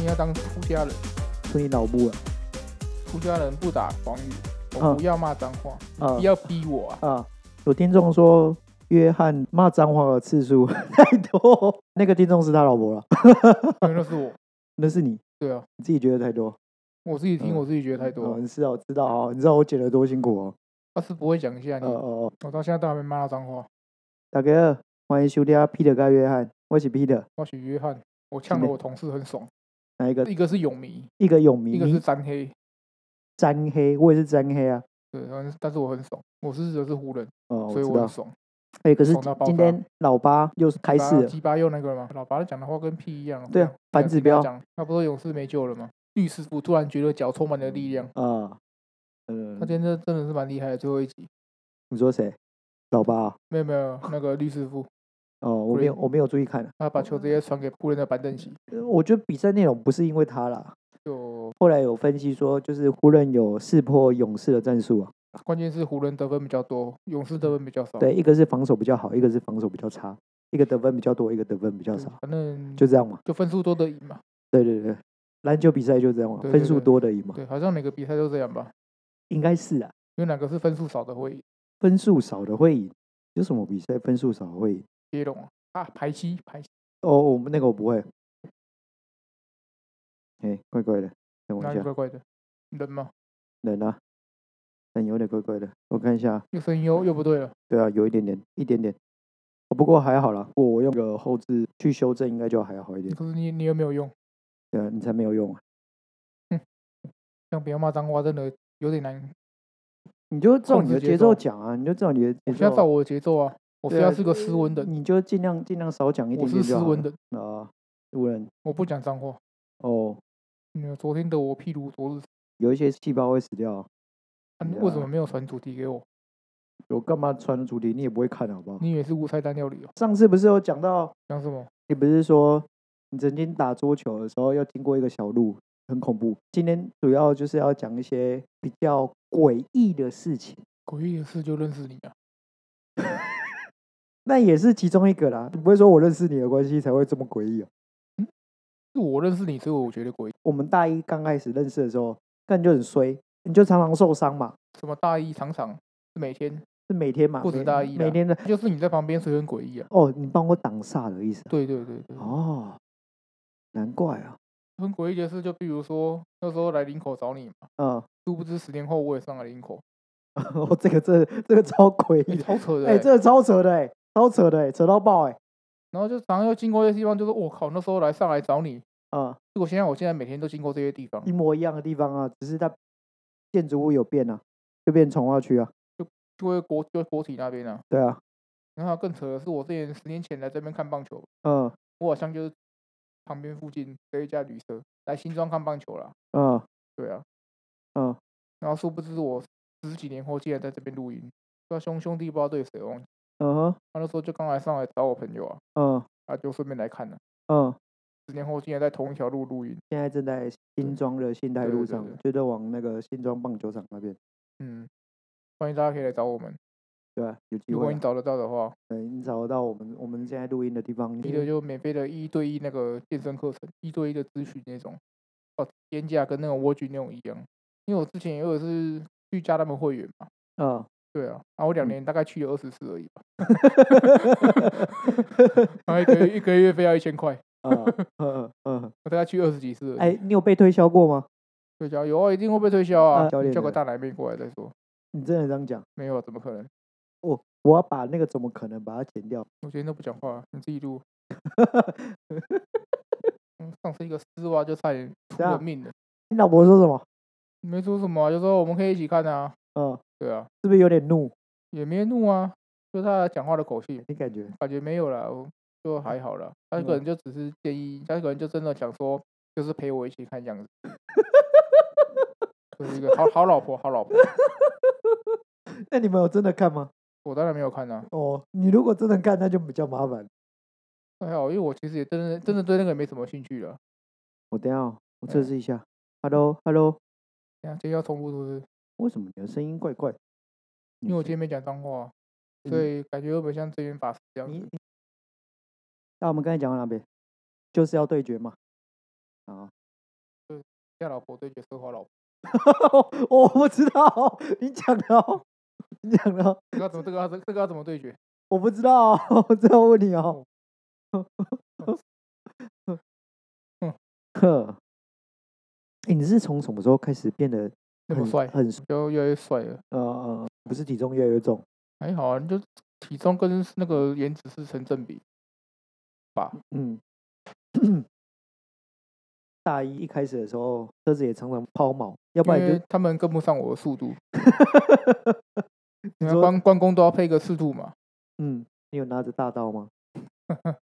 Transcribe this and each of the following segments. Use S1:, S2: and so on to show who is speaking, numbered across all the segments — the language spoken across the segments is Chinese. S1: 应该当出家人。
S2: 说你脑部啊
S1: 出家人不打诳语，我
S2: 嗯
S1: 不要骂脏话，
S2: 啊
S1: 不要逼我 啊！
S2: 啊！有听众说约翰骂脏话的次数 太多，那个听众是他老婆了，
S1: 因为那是我，
S2: 那是你
S1: 对啊，
S2: 你自己觉得太多，
S1: 我自己听
S2: 嗯
S1: 我自己觉得太多
S2: 哦，，是啊，我知道啊，你知道我剪得多辛苦哦。
S1: 要是不会讲一下你
S2: 哦，哦哦，
S1: 我到现在都还没骂到脏话。
S2: 大家好，欢迎收听 Peter 跟约翰，我是 Peter，
S1: 我许约翰，我呛了我同事很爽，
S2: 哪一个？
S1: 一个是泳迷，
S2: 一个永明，
S1: 嗯一个是詹黑，
S2: 沾黑，我也是沾黑啊。
S1: 对，但是但是我很爽，我是指的是湖人，
S2: 哦，
S1: 所以
S2: 知
S1: 我很
S2: 道。
S1: 爽。
S2: 哎，可是
S1: 爽到爆
S2: 今
S1: 炸
S2: 天老八又
S1: 鸡
S2: 开
S1: 巴
S2: 始了，
S1: 鸡巴又那个了嘛，老爸讲的话跟屁一样。
S2: 对啊
S1: 不要不
S2: 反
S1: 要
S2: 指
S1: 不要
S2: 标
S1: 讲，他不说勇士没救了吗？律师傅突然觉得脚充满了力量，
S2: 啊，嗯
S1: 他，今天真真的是蛮厉害的。最后一集
S2: 你说谁？老八啊？
S1: 没有没有那个律师傅，
S2: 哦，我没有，我没有注意看啊。
S1: 他把球直接传给湖人的板凳席，
S2: 呃我觉得比赛内容不是因为他啦，
S1: 就
S2: 后来有分析说，就是湖人有识破勇士的战术啊，
S1: 关键是湖人得分比较多，勇士得分比较少。
S2: 嗯对，一个是防守比较好，一个是防守比较差，一个得分比较多，一个得分比较
S1: 对，
S2: 少，
S1: 反正
S2: 就这样嘛。
S1: 就分数多的赢嘛。
S2: 对对对，篮球比赛就这样嘛，
S1: 对对
S2: 分数
S1: 对
S2: 多的赢嘛，
S1: 对，好像每个比赛都这样吧，
S2: 应该是啊，
S1: 有哪个是分数少的会赢？
S2: 分数少的会赢。有什么比赛分数少的会赢？
S1: 接龙啊啊，排七排七，
S2: 哦，我们那个我不会。哎、怪怪的，等我
S1: 哪
S2: 一
S1: 里
S2: 下，
S1: 怪怪的？人吗？
S2: 冷啊，冷有点怪怪的，我看一下啊。
S1: 又声音又又不对了，
S2: 对啊，有一点点，一点点。哦不过还好啦，如果我用个后置去修正，应该就还好一点。
S1: 可是你你有没有用？
S2: 对啊，你才没有用啊，
S1: 像不要骂脏话，真的有点难。
S2: 你就照
S1: 控
S2: 你
S1: 制
S2: 的
S1: 节
S2: 节
S1: 奏
S2: 奏讲啊，你就照你的
S1: 我
S2: 节
S1: 需要
S2: 奏
S1: 照
S2: 啊，
S1: 我的节奏啊，我虽
S2: 对啊
S1: 然是个斯文的人，
S2: 你就尽量尽量少讲一
S1: 我
S2: 点
S1: 是
S2: 点
S1: 斯
S2: 就好
S1: 文
S2: 了
S1: 的人，
S2: 啊。无人
S1: 我不讲脏话。
S2: 哦，
S1: 嗯，昨天的我譬如昨日死，
S2: 有一些细胞会死掉啊。
S1: 啊你
S2: 对
S1: 为什
S2: 啊
S1: 么没有传主题给我？
S2: 我干嘛传主题你也不会看好不好？
S1: 你以为是无菜单料理哦？
S2: 上次不是有讲到，
S1: 讲什么？
S2: 你不是说你曾经打桌球的时候要经过一个小路，很恐怖。今天主要就是要讲一些比较诡异的事情。
S1: 诡异的事就认识你啊！
S2: 那也是其中一个啦。你不会说我认识你的关系才会这么诡异啊？
S1: 是我认识你，所以我觉得诡异。
S2: 我们大一刚开始认识的时候，干就很衰，你就常常受伤嘛，
S1: 什么大一常常是每天，
S2: 是每天嘛，
S1: 不止
S2: 啊每
S1: 大一啦
S2: 每天的
S1: 就是你在旁边，所以很诡异啊！
S2: 哦，你帮我挡煞的意思啊、
S1: 对对对对，
S2: 哦，难怪啊，
S1: 很诡异的事，就比如说那时候来林口找你嘛，
S2: 嗯，
S1: 殊不知十年后我也上来林口，
S2: 哦，这个这这个超诡
S1: 你
S2: 异的，
S1: 超扯的、
S2: 哎、
S1: 欸。
S2: 这个超扯的、哎，超扯的、哎，扯到爆、哎，
S1: 然后就常常又经过一些地方，就是我靠，那时候来上来找你，
S2: 啊、
S1: 结果现在我现在每天都经过这些地方，
S2: 一模一样的地方啊，只是它建筑物有变啊，就变从化区啊，
S1: 就会国就会国体那边啊。
S2: 对啊，
S1: 然后更扯的是，我之前十年前来这边看棒球，
S2: 嗯
S1: 我好像就是旁边附近的一家旅社来新庄看棒球啦。
S2: 嗯
S1: 对啊，
S2: 嗯，
S1: 然后殊不知我十几年后竟然在这边录音，那兄兄弟不知道对谁忘记，
S2: 嗯哼，
S1: 他那时候就刚来上来找我朋友啊，
S2: 嗯
S1: 啊就顺便来看了、
S2: 嗯。
S1: 十年后竟然在同一条路录音，
S2: 现在正在新庄的信泰
S1: 对
S2: 路
S1: 对
S2: 上
S1: 对，
S2: 就是往那个新庄棒球场那边，
S1: 嗯，欢迎大家可以来找我们，
S2: 对吧？有机
S1: 如
S2: 会
S1: 果
S2: 啊
S1: 你，找得到的话，
S2: 嗯，你找得到我们我们现在录音的地方，
S1: 一的就免费的一对一那个健身课程，一对一的咨询那种，哦，天价跟那种蜗居那种一样，因为我之前也有是去加他们会员嘛，
S2: 啊，
S1: 对啊，啊我两
S2: 嗯
S1: 年大概去了二十次而已吧，然后一个月一个月费要一千块，
S2: 嗯嗯，
S1: 我大概去二十几次而已，
S2: 哎，你有被推销过吗？
S1: 推销有啊，一定会被推销啊
S2: 啊，教
S1: 你
S2: 练
S1: 叫个
S2: 的
S1: 大奶妹过来再说，
S2: 你真的这样讲？
S1: 没有啊怎么可能？
S2: 我我要把那个怎么可能把它剪掉？
S1: 我今天都不讲话，啊你自己录。嗯上次一个丝袜就差 点出
S2: 这
S1: 人
S2: 样
S1: 命了，
S2: 你老婆说什么？
S1: 没说什么、啊，就说我们可以一起看啊，
S2: 嗯，
S1: 对啊，
S2: 是不是有点怒？
S1: 也没怒啊，就他讲话的口气，
S2: 你感觉？
S1: 感觉没有啦，我就还好啦。他可
S2: 嗯
S1: 能就只是建议，他可能就真的想说，就是陪我一起看样 子，就是一个好好老婆，好老婆。
S2: 那你们有真的看吗？
S1: 我当然没有看啊，
S2: 哦，你如果真的看，那就比较麻烦。
S1: 还哎好，因为我其实也真的真的对那个也没什么兴趣了。
S2: 我等一下哦，我
S1: 哎
S2: 测试一下。Hello，Hello，
S1: 等一下哎今天要重录是不是？
S2: 为什么你的声音怪怪？
S1: 因
S2: 你
S1: 为我
S2: 是
S1: 今天没讲脏话，
S2: 嗯
S1: 所以感觉有点像真源法师这样
S2: 你
S1: 子。，
S2: 那我们刚才讲到哪边？就是要对决嘛。啊，
S1: 嫁老婆对决奢华老婆，
S2: 我不知道，你讲的哦， 你讲的哦，
S1: 这个要怎么这个要这个要怎么对决？
S2: 我不知道哦， 我只好问你哦。呵，欸你是从什么时候开始变得
S1: 那么
S2: 很
S1: 帅，
S2: 很
S1: 就越来越帅了。
S2: 呃呃，不是体重越来越重？
S1: 还好啊，你就体重跟那个颜值是成正比。
S2: 嗯， 大一一开始的时候，车子也常常抛锚，要不
S1: 因
S2: 然你
S1: 为
S2: 就
S1: 他们跟不上我的速 度，你
S2: 你
S1: 看
S2: 说
S1: 关关公都要配一个四度嘛，
S2: 嗯，你有拿着大刀吗？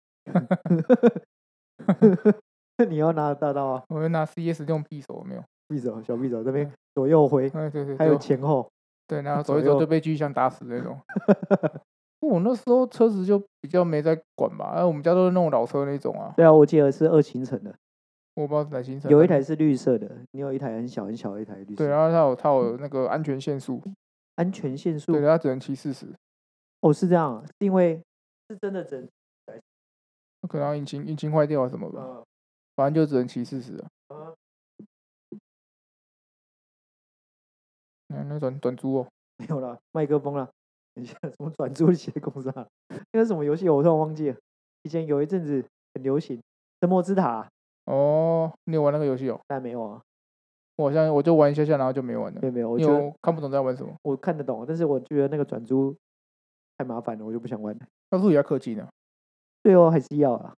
S2: 你要拿着大刀啊，
S1: 我就拿 CS 用匕首有没有？
S2: 匕首小匕首这边左右挥，
S1: 哎，对对，
S2: 还有
S1: 就
S2: 前后，
S1: 对， 然后
S2: 左
S1: 走一走
S2: 右
S1: 就被巨象打死那 种。我那时候车子就比较没在管吧，哎，我们家都是那种老车那种啊，
S2: 对啊，我记得是二行程的，
S1: 我不知道哪行程
S2: 有一
S1: 但
S2: 台是绿色的，你有一台很小很小的一台绿色，
S1: 啊对，然啊后它有它有那个安全限速，
S2: 安全限嗯速
S1: 对，啊它只能骑四十，
S2: 哦，是这样啊，是因为是真的整
S1: 可能要引擎引擎坏掉啊什么吧，
S2: 呃
S1: 反正就只能骑四十啊。
S2: 啊
S1: 嗯，那转转租哦，
S2: 没有了，麦克风了，等一下怎么转租鞋工商？那个什么游戏我突然忘记了，以前有一阵子很流行《神魔之塔、
S1: 哦，你有玩那个游戏哦？
S2: 但没有啊，
S1: 我好像我就玩一下下，然后就没玩了
S2: 没，有没有，我
S1: 因
S2: 觉
S1: 为
S2: 得
S1: 我看不懂在玩什么。
S2: 我看得懂，啊但是我觉得那个转租太麻烦了，我就不想玩了。
S1: 要是也要氪金啊，
S2: 最后还是要啊，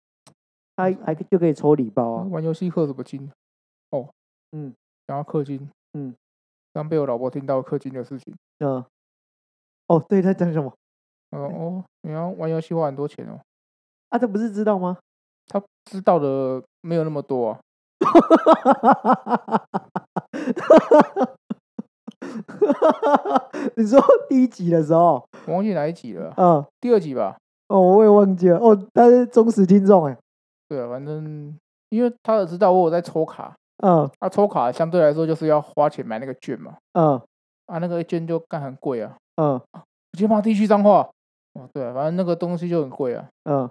S2: 他还就可以抽礼包啊，
S1: 玩游戏氪什么金？哦，
S2: 嗯，
S1: 然后氪金，
S2: 嗯，
S1: 刚被我老婆听到氪金的事情，
S2: 嗯、哦，对，他讲什么
S1: 她
S2: 嗯
S1: 说哦，你要玩游戏花很多钱哦，
S2: 啊？他不是知道吗？
S1: 她知道的没有那么多啊，
S2: 你说第一集的时候，
S1: 我忘记哪一集了啊，
S2: 嗯，
S1: 第二集吧，
S2: 哦，我也忘记了，哦，他是忠实听众哎，
S1: 对啊，反正因为她也知道我有在抽卡，
S2: 嗯
S1: 啊，抽卡相对来说就是要花钱买那个券嘛，
S2: 嗯
S1: 啊，那个券就干很贵啊，
S2: 嗯
S1: 我先骂地区脏话，哦，对啊，反正那个东西就很贵啊，
S2: 嗯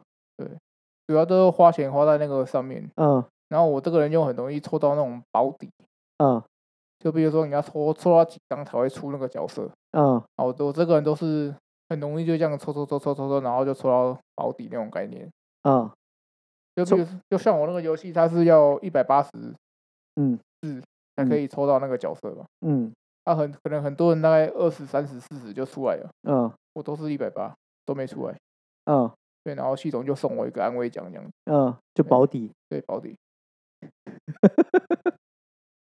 S1: 主要都是花钱花在那个上面，
S2: 嗯
S1: 然后我这个人又很容易抽到那种保底。
S2: 嗯
S1: 就比如说你要抽抽到几张才会出那个角色
S2: 嗯，
S1: 啊，我我这个人都是很容易就这样抽抽抽抽抽抽，然后就抽到保底那种概念。
S2: 嗯
S1: 就比如就像我那个游戏，它是要一百八十
S2: 嗯
S1: 才可
S2: 嗯
S1: 以抽到那个角色嘛，
S2: 嗯
S1: 啊很可能很多人大概二十、三十、四十就出来了，
S2: 嗯
S1: 我都是一百八都没出来，
S2: 嗯
S1: 对，然后系统就送我一个安慰奖这样子，
S2: 嗯，就保底，
S1: 对，保 底。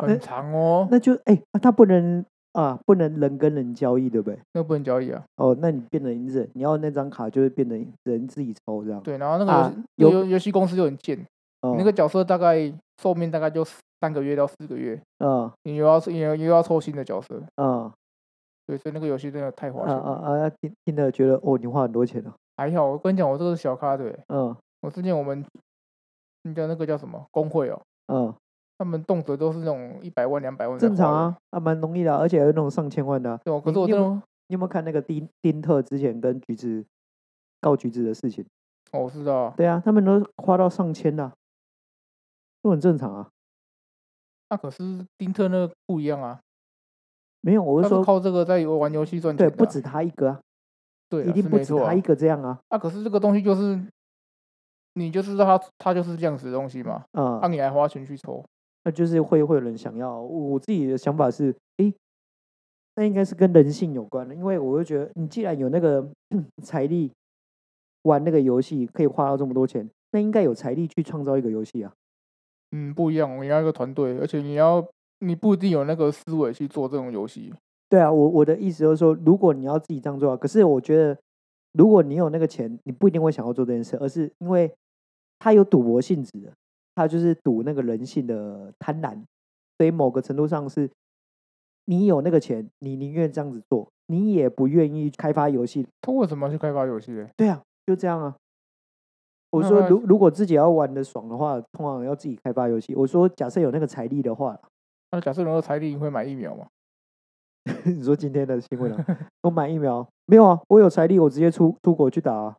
S1: 很长哦，
S2: 那就哎，他不能啊，不能人跟人交易，对不对？
S1: 那不能交易啊。
S2: 哦，那你变成人，你要那张卡就是变成人自己抽这样。
S1: 对，然后那个
S2: 啊
S1: 游戏那个
S2: 有
S1: 游游戏公司就很贱，
S2: 哦，
S1: 你那个角色大概寿命大概就三个月到四个月，
S2: 嗯
S1: 你又要你又又要抽新的角色，
S2: 嗯
S1: 对，所以那个游戏真的太
S2: 啊
S1: 花钱了。
S2: 啊啊！听听了觉得哦，你花很多钱了。
S1: 还好，我跟你讲，我这个是小咖对，
S2: 嗯
S1: 我之前我们那叫那个叫什么工会哦，
S2: 嗯，
S1: 他们动辄都是那种一百万、两百万，
S2: 正常。啊，啊蛮容易的啊，而且还有那种上千万的啊。
S1: 对哦，可
S2: 你
S1: 是我
S2: 你
S1: 真
S2: 有
S1: 的
S2: 你有没有看那个丁丁特之前跟橘子告橘子的事情？
S1: 哦，我知道啊，
S2: 对啊，他们都花到上千的啊，都很正常啊。
S1: 那可是丁特那个不一样啊，
S2: 没有，我
S1: 他
S2: 是
S1: 是
S2: 说，
S1: 靠这个在玩游戏赚钱
S2: 对，
S1: 的啊，
S2: 不止他一个啊，
S1: 对啊，
S2: 一定
S1: 是
S2: 不
S1: 没
S2: 止
S1: 错啊
S2: 他一。个这样啊。
S1: 啊，可是这个东西就是你就知道他他就是这样子的东西嘛，
S2: 啊
S1: 啊，，你还花钱去抽，
S2: 那就是会会有人想要。我自己的想法是，诶，那应该是跟人性有关的，因为我就觉得，你既然有那个 财力玩那个游戏，可以花到这么多钱，那应该有财力去创造一个游戏啊。
S1: 嗯，不一样哦，你要一个团队，而且你要你不一定有那个思维去做这种游戏。
S2: 对啊，我我的意思就是说，如果你要自己这样做啊，可是我觉得，如果你有那个钱，你不一定会想要做这件事，而是因为它有赌博性质的，它就是赌那个人性的贪婪，所以某个程度上是，你有那个钱，你宁愿这样子做，你也不愿意开发游戏。
S1: 他为什么要去开发游戏嘞？
S2: 对啊，就这样啊。我
S1: 那
S2: 说
S1: 那
S2: 如如果自己要玩的爽的话，通常要自己开发游戏。我说假设有那个财力的话，
S1: 那假设能够财力，你会买疫苗吗？
S2: 你说今天的新闻啊，我买疫苗没有啊？我有财力，我直接出出国去打啊。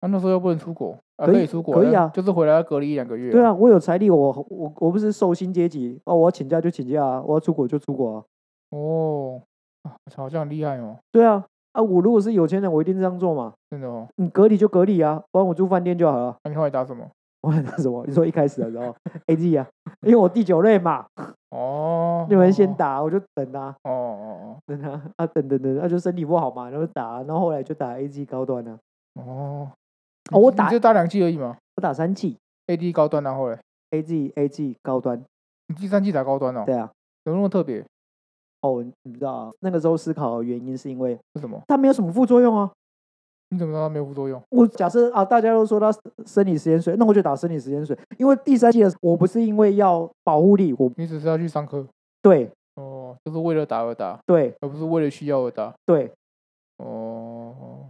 S1: 啊，那时候又不能出国，啊，
S2: 可
S1: 可
S2: 以
S1: 以出国，
S2: 可以
S1: 但
S2: 啊
S1: 就是回来要隔离一两个月。
S2: 对啊，，我有财力，我我我不是受薪阶级哦，我要请假就请假啊，我要出国就出国啊。
S1: 哦，啊好像很厉害哦，
S2: 对啊，啊，我如果是有钱人，我一定这样做嘛。
S1: 真的哦。
S2: 你隔离就隔离啊，不然我住饭店就好了。
S1: 那、你后来打什么？
S2: 我喊他什么？你说一开始的时候 A G 啊，因为我第九类嘛，
S1: 哦，
S2: 你们先
S1: 哦。
S2: 打，我就等啊，
S1: 哦哦
S2: 等啊，啊等等等，啊就身体不好嘛，然后就打啊，然后后来就打 A G 高端啊，
S1: 哦哦，
S2: 哦我
S1: 你
S2: 打
S1: 你就打两季而已嘛。
S2: 我打三剂
S1: AD 高端，啊然后嘞，
S2: A G A G 高端，
S1: 你第三季打高端哦，
S2: 对啊，
S1: 有那么特别？
S2: 哦你不知道啊，那个时候思考的原因是因为
S1: 为什么？
S2: 它没有什么副作用啊。
S1: 你怎么知道它没有副作用？
S2: 我假设啊，大家都说到生理食盐水，那我就打生理食盐水，因为第三季的我不是因为要保护力，我
S1: 你只是要去上课
S2: 对
S1: 哦，就是为了打而打，
S2: 对
S1: 而不是为了需要而打。
S2: 对，
S1: 哦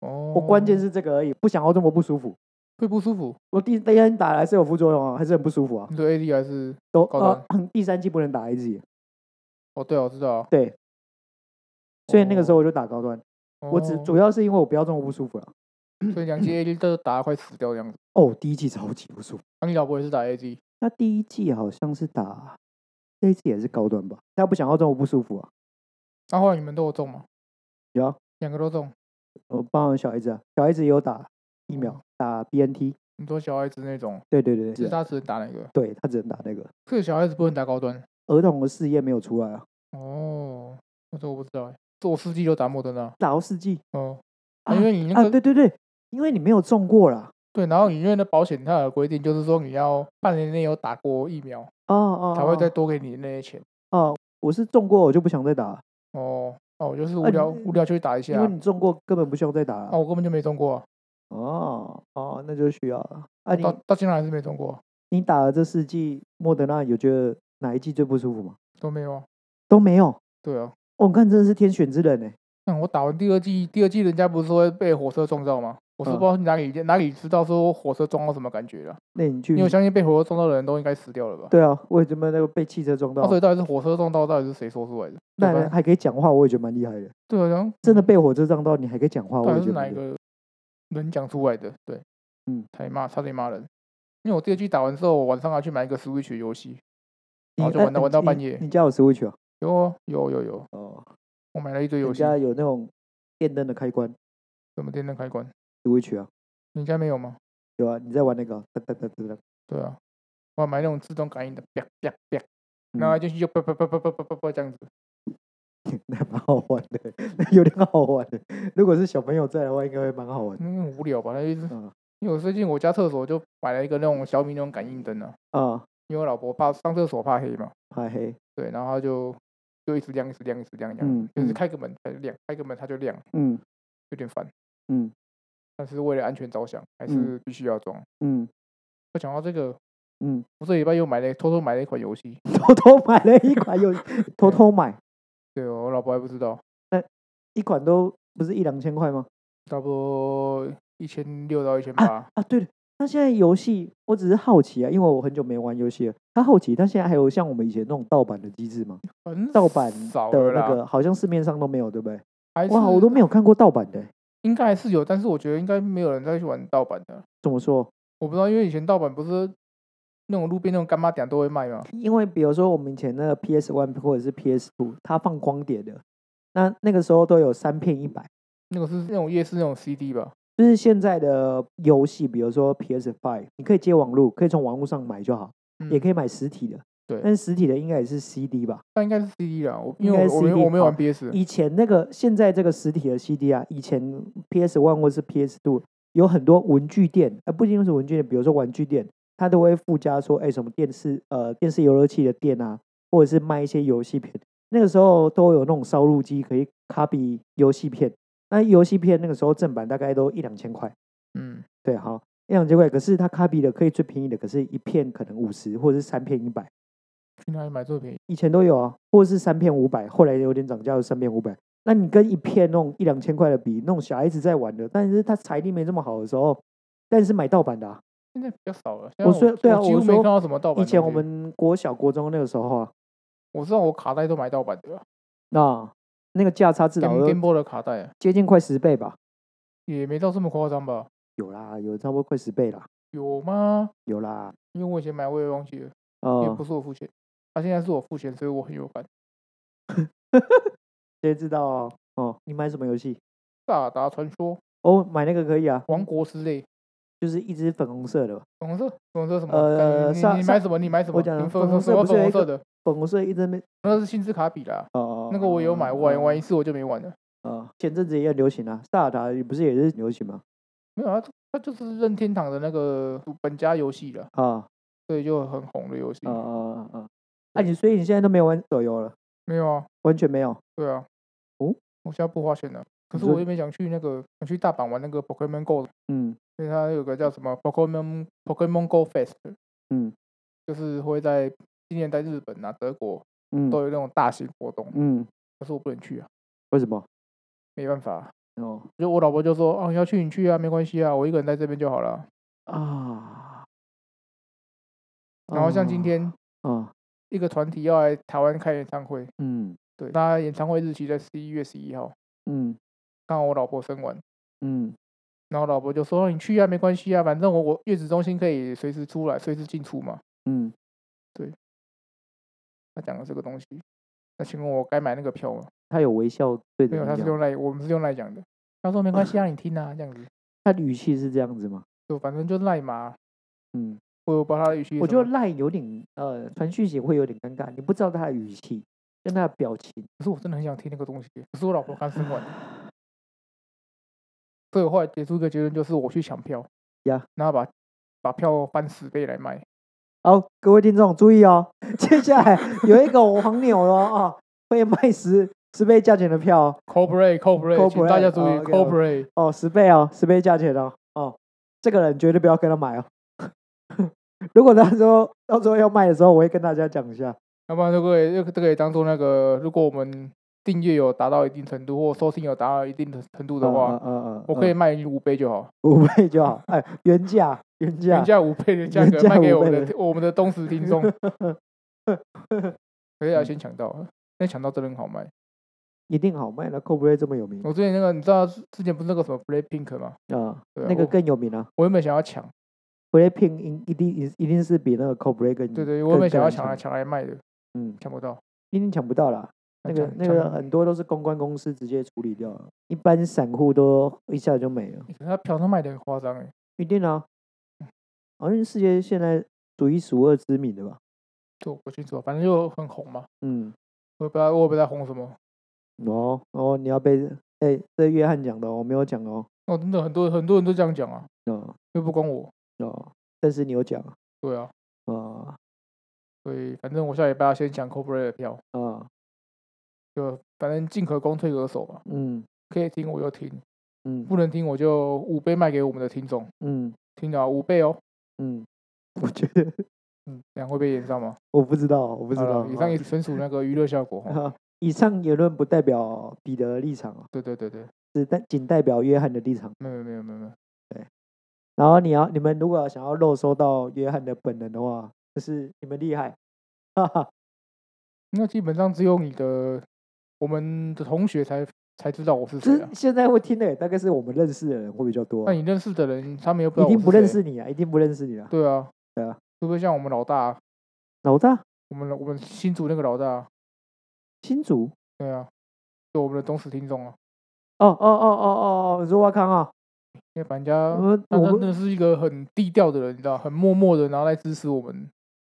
S1: 哦，
S2: 我关键是这个而已，不想要这么不舒服。
S1: 会不舒服。
S2: 我第第三打还是有副作用啊，还是很不舒服啊。
S1: 你说 AD 还是？
S2: 都
S1: 搞
S2: 呃，第三季不能打 A G，
S1: 哦，对啊，我知道啊。
S2: 对，所以那个时
S1: 候
S2: 候我就打高端。我
S1: 哦
S2: 只主要是因为我不要这么不舒服了。
S1: 所以两季 AD 都打得快死掉的样子。
S2: 哦，第一季超级不舒服。
S1: 那、你老婆也是打 AD？
S2: 那第一季好像是打 A G 也是高端吧？他不想要这么不舒服啊。
S1: 那、后来你们都有中吗？
S2: 有啊，
S1: 两个都中。
S2: 我帮我小孩子啊，小孩子也有打疫苗
S1: 哦，
S2: 打 B N T。
S1: 你说小孩子那种，
S2: 对对对，
S1: 只
S2: 对
S1: 是他只能打哪个？
S2: 对他只能打那个
S1: 这个小孩子不能打高端。
S2: 儿童的试验没有出来啊，
S1: 哦，那这我不知道哎、欸。这我司机就打莫德纳。
S2: 打到四剂
S1: 啊哦，
S2: 啊
S1: 因为你那
S2: 啊，
S1: 个、
S2: 对对对，因为你没有中过啦。
S1: 对，然后你因为那保险它有规定，就是说你要半年内有打过疫苗，
S2: 哦哦，
S1: 才会
S2: 哦
S1: 再多给你那些钱。
S2: 哦，我是中过，我就不想再打了，
S1: 哦，哦，我就是无
S2: 啊
S1: 聊、
S2: 你
S1: 无聊就去打一
S2: 因
S1: 下啊
S2: 为，你中过根本不需要再打了
S1: 啊，。我根本就没中过啊、
S2: 哦哦，那就需要了。啊，你
S1: 到到现在还是没中过啊、
S2: 你打了这四剂莫德纳，有觉得哪一剂最不舒服吗？
S1: 都没有啊。
S2: 都没有。
S1: 对啊，
S2: 哦，你看真的是天选之人呢。欸
S1: 那我打完第二季，第二季人家不是说会被火车撞到吗？我是
S2: 嗯
S1: 不知道哪里、哪里知道说火车撞到什么感觉了，
S2: 那你去
S1: 因为我相信被火车撞到的人都应该死掉了吧？
S2: 嗯对啊，我也觉得那个被汽车撞到
S1: 那、，所以到底是火车撞到，到底是谁说出来的？
S2: 那
S1: 对
S2: 人
S1: 哦吧
S2: 还可以讲话，我也觉得蛮厉害的。
S1: 对啊，然后
S2: 啊真的被火车撞到，你还可以讲话，我
S1: 到
S2: 也
S1: 底
S2: 觉
S1: 啊是哪
S2: 得蛮
S1: 一
S2: 厉害
S1: 个人讲出来的？对，
S2: 嗯，
S1: 才骂，差点骂人。因为我第二季打完之后，我晚上还去买一个 Switch 游戏，然后
S2: 你
S1: 就
S2: 哎
S1: 哦玩到
S2: 你
S1: 玩到
S2: 你
S1: 半夜
S2: 你家有 Switch 啊？
S1: 有哦有有有，
S2: 哦，
S1: 我买了一堆
S2: 你
S1: 游戏，
S2: 家有那种电灯的开关
S1: 什么电灯开关，
S2: Switch 啊？
S1: 你家没有吗？
S2: 有啊，你在玩那个啊？哒哒哒哒哒。
S1: 对啊，我还买那种自动感应的，啪啪啪，
S2: 嗯
S1: 然后进去就啪啪啪啪啪啪啪啪这样子。
S2: 那蛮好玩的，那有点好玩的。如果是小朋友在的话，应该会蛮好玩的。
S1: 嗯，很无聊吧？那就是
S2: 嗯
S1: 因为我最近我家厕所就买了一个那种小米那种感应灯啊，
S2: 啊，
S1: 因为我老婆怕上厕所怕黑嘛，
S2: 嗨嘿，
S1: 对，然后她就就一直亮一直亮一直亮这样，
S2: 嗯
S1: 就是
S2: 嗯
S1: 开个门它就亮，开个门它就亮，
S2: 嗯
S1: 有点烦，
S2: 嗯
S1: 但是为了安全着想，还
S2: 嗯
S1: 是必须要装。
S2: 嗯
S1: 我讲到这个，
S2: 嗯，
S1: 我这礼拜又买了偷偷买了一款游戏，
S2: 偷偷买了一款游戏，偷偷买
S1: 对我老婆还不知道，
S2: 一款都不是一两千块吗？
S1: 差不多一千六到一千八，
S2: 啊，对了，那现在游戏我只是好奇啊，因为我很久没玩游戏了。他好奇，他现在还有像我们以前那种盗版的机制吗？
S1: 很
S2: 盗版
S1: 少
S2: 的
S1: 了
S2: 那
S1: 啦，
S2: 个好像市面上都没有，对不对？
S1: 还
S2: 哇，我
S1: 是
S2: 都没有看过盗版的欸、
S1: 应该还是有，但是我觉得应该没有人再去玩盗版的。
S2: 怎么说？
S1: 我不知道，因为以前盗版不是那种路边那种干妈店都会卖吗？
S2: 因为比如说我们以前那个 PS One 或者是 PS Two，它放光碟的，那那个时候都有三片一百，
S1: 那个是那种夜市那种 CD 吧？
S2: 就是现在的游戏，比如说 PS Five，你可以接网路，可以从网路上买就好，也可
S1: 以，
S2: 以买实体的。
S1: 对
S2: 但是实体的应该也是 CD 吧？
S1: 但应该是 CD 啦。我
S2: 应
S1: 因为
S2: 该
S1: 我我没
S2: CD
S1: 我没有玩
S2: 好
S1: PS，
S2: 以前那个现在这个实体的 CD 啊，以前 PS One 或是 PS Two 有很多文具店，呃，不一定是文具店，比如说玩具店，它都会附加说，哎、什么电视呃电视游乐器的店啊，或者是卖一些游戏片。那个时候都有那种烧录机可以 copy 游戏片，那游戏片那个时候正版大概都一两千块，
S1: 嗯，
S2: 对，好一两千块。可是它 copy 的可以最便宜的，可是一片可能五十或者是三片一百。
S1: 去哪里买最便宜？
S2: 以前都有啊，或者是三片五百，后来有点涨价，有三片五百。那你跟一片那种一两千块的比，那种小孩子在玩的，但是他财力没这么好的时候，但是买盗版的、啊。
S1: 现在比较少了。现
S2: 我
S1: 在
S2: 说对啊
S1: 几
S2: 我
S1: 乎没看
S2: 说
S1: 到什么盗版东
S2: 以
S1: 西。
S2: 前我们国小、国中那个时候啊，
S1: 我知道我卡带都买盗版的啊
S2: 啊，那个价差至少
S1: ，Game
S2: 都
S1: Game Boy 的卡带啊
S2: 接近快十倍吧。
S1: 也没到这么夸张吧？
S2: 有啦，有差不多快十倍啦，
S1: 有吗？
S2: 有啦。
S1: 因为我以前买我也忘记了，也
S2: 哦
S1: 不，是我付钱，他、现在是我付钱，所以我很有感。
S2: 谁知道哦？哦，你买什么游戏？
S1: 萨达传说、
S2: 哦，买那个可以啊，
S1: 王国之泪，
S2: 就是一只粉红色的，
S1: 粉红色，粉红色什么？
S2: 呃
S1: 干你
S2: 萨
S1: 你你
S2: 萨
S1: 买什么？你买什么？
S2: 我讲
S1: 你
S2: 的
S1: 粉
S2: 粉红
S1: 红
S2: 色
S1: 什么
S2: 不是
S1: 粉
S2: 有
S1: 红
S2: 一
S1: 色
S2: 个
S1: 的？
S2: 粉红色一只没
S1: 那是星之卡比啦，
S2: 哦哦，
S1: 那个我有买，我玩玩一次我就没玩了。
S2: 啊，前阵子也很流行啊，萨尔达不是也是流行吗？
S1: 没有啊，它它就是任天堂的那个本家游戏了，
S2: 啊
S1: 所以就很红的游戏
S2: 啊。啊啊！啊，你所以你现在都没有玩手游了，
S1: 没有啊，
S2: 完全没有。
S1: 对啊。
S2: 哦，
S1: 我现在不花钱了，可
S2: 你
S1: 是
S2: 说
S1: 我又没想去那个想去大阪玩那个 Pokemon Go，
S2: 嗯
S1: 因为它有个叫什么 Pokemon Pokemon Go Fest，
S2: 嗯
S1: 就是会在今年在日本啊、德国
S2: 嗯
S1: 都有那种大型活动，
S2: 嗯，
S1: 可是我不能去啊，
S2: 为什么？
S1: 没办法啊。
S2: 哦
S1: 就我老婆就说：“哦，你要去你去啊，没关系啊，我一个人在这边就好了。
S2: 啊，”
S1: 然后像今天
S2: 啊
S1: 一个团体要来台湾开演唱会，
S2: 嗯
S1: 对，那演唱会日期在十一月十一号，
S2: 嗯
S1: 刚好我老婆生完，
S2: 嗯
S1: 然后老婆就说：“你去啊，没关系啊，反正我我月子中心可以随时出来，随时进出嘛。
S2: 嗯，”
S1: 她讲了这个东西，那请问我该买那个票吗？
S2: 他有微笑对
S1: 没
S2: 着
S1: 有，她
S2: 你
S1: 是
S2: 讲，
S1: 用来我们是用来讲的。她说：“没关系啊，你听啊，这样子，
S2: 他的语气是这样子吗？
S1: 就反正就赖嘛。
S2: 嗯，”
S1: 我有把她的语气什么，
S2: 我觉得赖有点呃，传讯息会有点尴尬，你不知道他的语气跟他的表情。
S1: 可是我真的很想听那个东西，可是我老婆刚生完，所以我后来得出一个结论，就是我去抢票
S2: 呀，
S1: 然后把把票翻十倍来卖。
S2: 好，各位听众注意哦，接下来有一个黄牛哦啊，会卖十十倍价钱的票哦
S1: c o p r a t e c o p r a t e 请大家注意
S2: Corporate，哦
S1: c o
S2: ，OK，OK
S1: p r a t e
S2: 哦，十倍哦，十倍价钱哦哦，这个人绝对不要跟他买哦。 如果到时候到时候要卖的时候，我会跟大家讲一下。
S1: 要不然这个也这个也当做那个，如果我们订阅有达到一定程度，或收听有达到一定的程度的话，
S2: 嗯嗯嗯，
S1: 我可以
S2: 嗯
S1: 卖你五倍就好，
S2: 五倍就好，哎，原价原价
S1: 原价五倍 的价
S2: 原
S1: 格
S2: 价
S1: 卖给
S2: 五
S1: 我们
S2: 倍
S1: 的
S2: 的
S1: 我们的忠实 听众。可是要
S2: 嗯
S1: 先抢到，先抢到真的很好卖。
S2: 一定好卖了。c o b r a 这么有名
S1: 我之前那个你知道之前不是那个什么 Play Pink 吗？
S2: 啊，
S1: 对啊
S2: 那个
S1: 我
S2: 更有名啊。
S1: 我原本想要抢，
S2: Blackpink 一一定一定是比那个 c o b r a 更
S1: 对对，
S2: 更
S1: 我原本想要
S2: 更
S1: 抢来
S2: 难
S1: 抢来卖的，
S2: 嗯，
S1: 抢不到。
S2: 一定抢不到啦。那个
S1: 抢
S2: 那
S1: 抢
S2: 个
S1: 不到
S2: 很多都是公关公司直接处理掉了，一般散户都一下就没了。
S1: 欸可是他票他卖的很夸张哎，
S2: 一定啊，好像是世界现在数一数二知名的吧？
S1: 就我不清楚，反正就很红嘛。
S2: 嗯，
S1: 我也不知道我也不知道红什么，
S2: 哦哦，你要被哎、这约翰讲的哦，我没有讲哦，
S1: 哦，真的很多很多人都这样讲啊，
S2: 哦
S1: 又不关我。
S2: 哦，但是你有讲啊
S1: 对啊，
S2: 哦
S1: 所以反正我下礼拜要先抢 Corporate 的票，
S2: 哦，
S1: 就反正进可攻退可守嘛，
S2: 嗯
S1: 可以听我就听，
S2: 嗯
S1: 不能听我就五倍卖给我们的听众，
S2: 嗯
S1: 听到五倍哦，
S2: 嗯，我觉得
S1: 嗯，两会被延上吗？
S2: 我不知道，我不
S1: 不
S2: 知道，
S1: 以上也
S2: 哦
S1: 纯属那个娱乐效果 哈。
S2: 啊 以上言论不代表彼得的立场哦，
S1: 对对对对，
S2: 只代仅代表约翰的立场。
S1: 没有没有没有没有，
S2: 然后你要你们如果想要肉搜到约翰的本人的话，就是你们厉害，哈哈，
S1: 那基本上只有你的我们的同学才才知道我是谁
S2: 这
S1: 啊。
S2: 现在会听的大概是我们认识的人会比较多
S1: 那，你认识的人，他们又不知
S2: 一
S1: 道我
S2: 定
S1: 是
S2: 不认
S1: 谁。
S2: 识你啊，一定不认识你啊，
S1: 对啊，
S2: 对啊，
S1: 会不会像我们老大，
S2: 老大，
S1: 我们我们新竹那个老大，
S2: 新竹，
S1: 对啊，就我们的忠实听众啊，
S2: 哦哦哦哦哦哦，你说哇康啊，
S1: 因为反正人家
S2: 我
S1: 他
S2: 呃我
S1: 真
S2: 们
S1: 的是一个很低调的人，你知道，很默默的，然后来支持我们，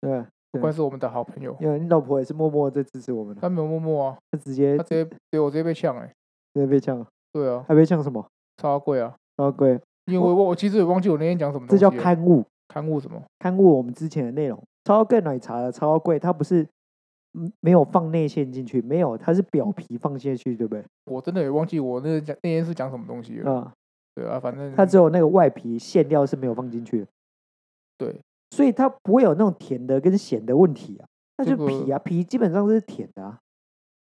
S2: 对，
S1: 不
S2: 对
S1: 管是我们的好朋友，
S2: 因为你老婆也是默默在支持我们的，
S1: 他没有默默啊，
S2: 她直接
S1: 他直接对我直接被呛哎、欸，
S2: 直接被呛了，
S1: 对啊，
S2: 还被呛什么？
S1: 超贵啊，
S2: 哦，贵，
S1: 因为我我其实也忘记我那天讲什么东
S2: 这
S1: 西啊
S2: 叫
S1: 了，
S2: 刊物，
S1: 刊物什么，
S2: 刊物我们之前的内容。超贵奶茶的超贵，它不是嗯没有放内馅进去，没有，它是表皮放进去，对不对？
S1: 我真的也忘记我那个讲那天是讲什么东西了，
S2: 啊、
S1: 对啊，反正
S2: 它只有那个外皮馅料是没有放进去的。
S1: 对，
S2: 所以它不会有那种甜的跟咸的问题啊。那
S1: 这
S2: 就皮啊，皮基本上是甜的啊。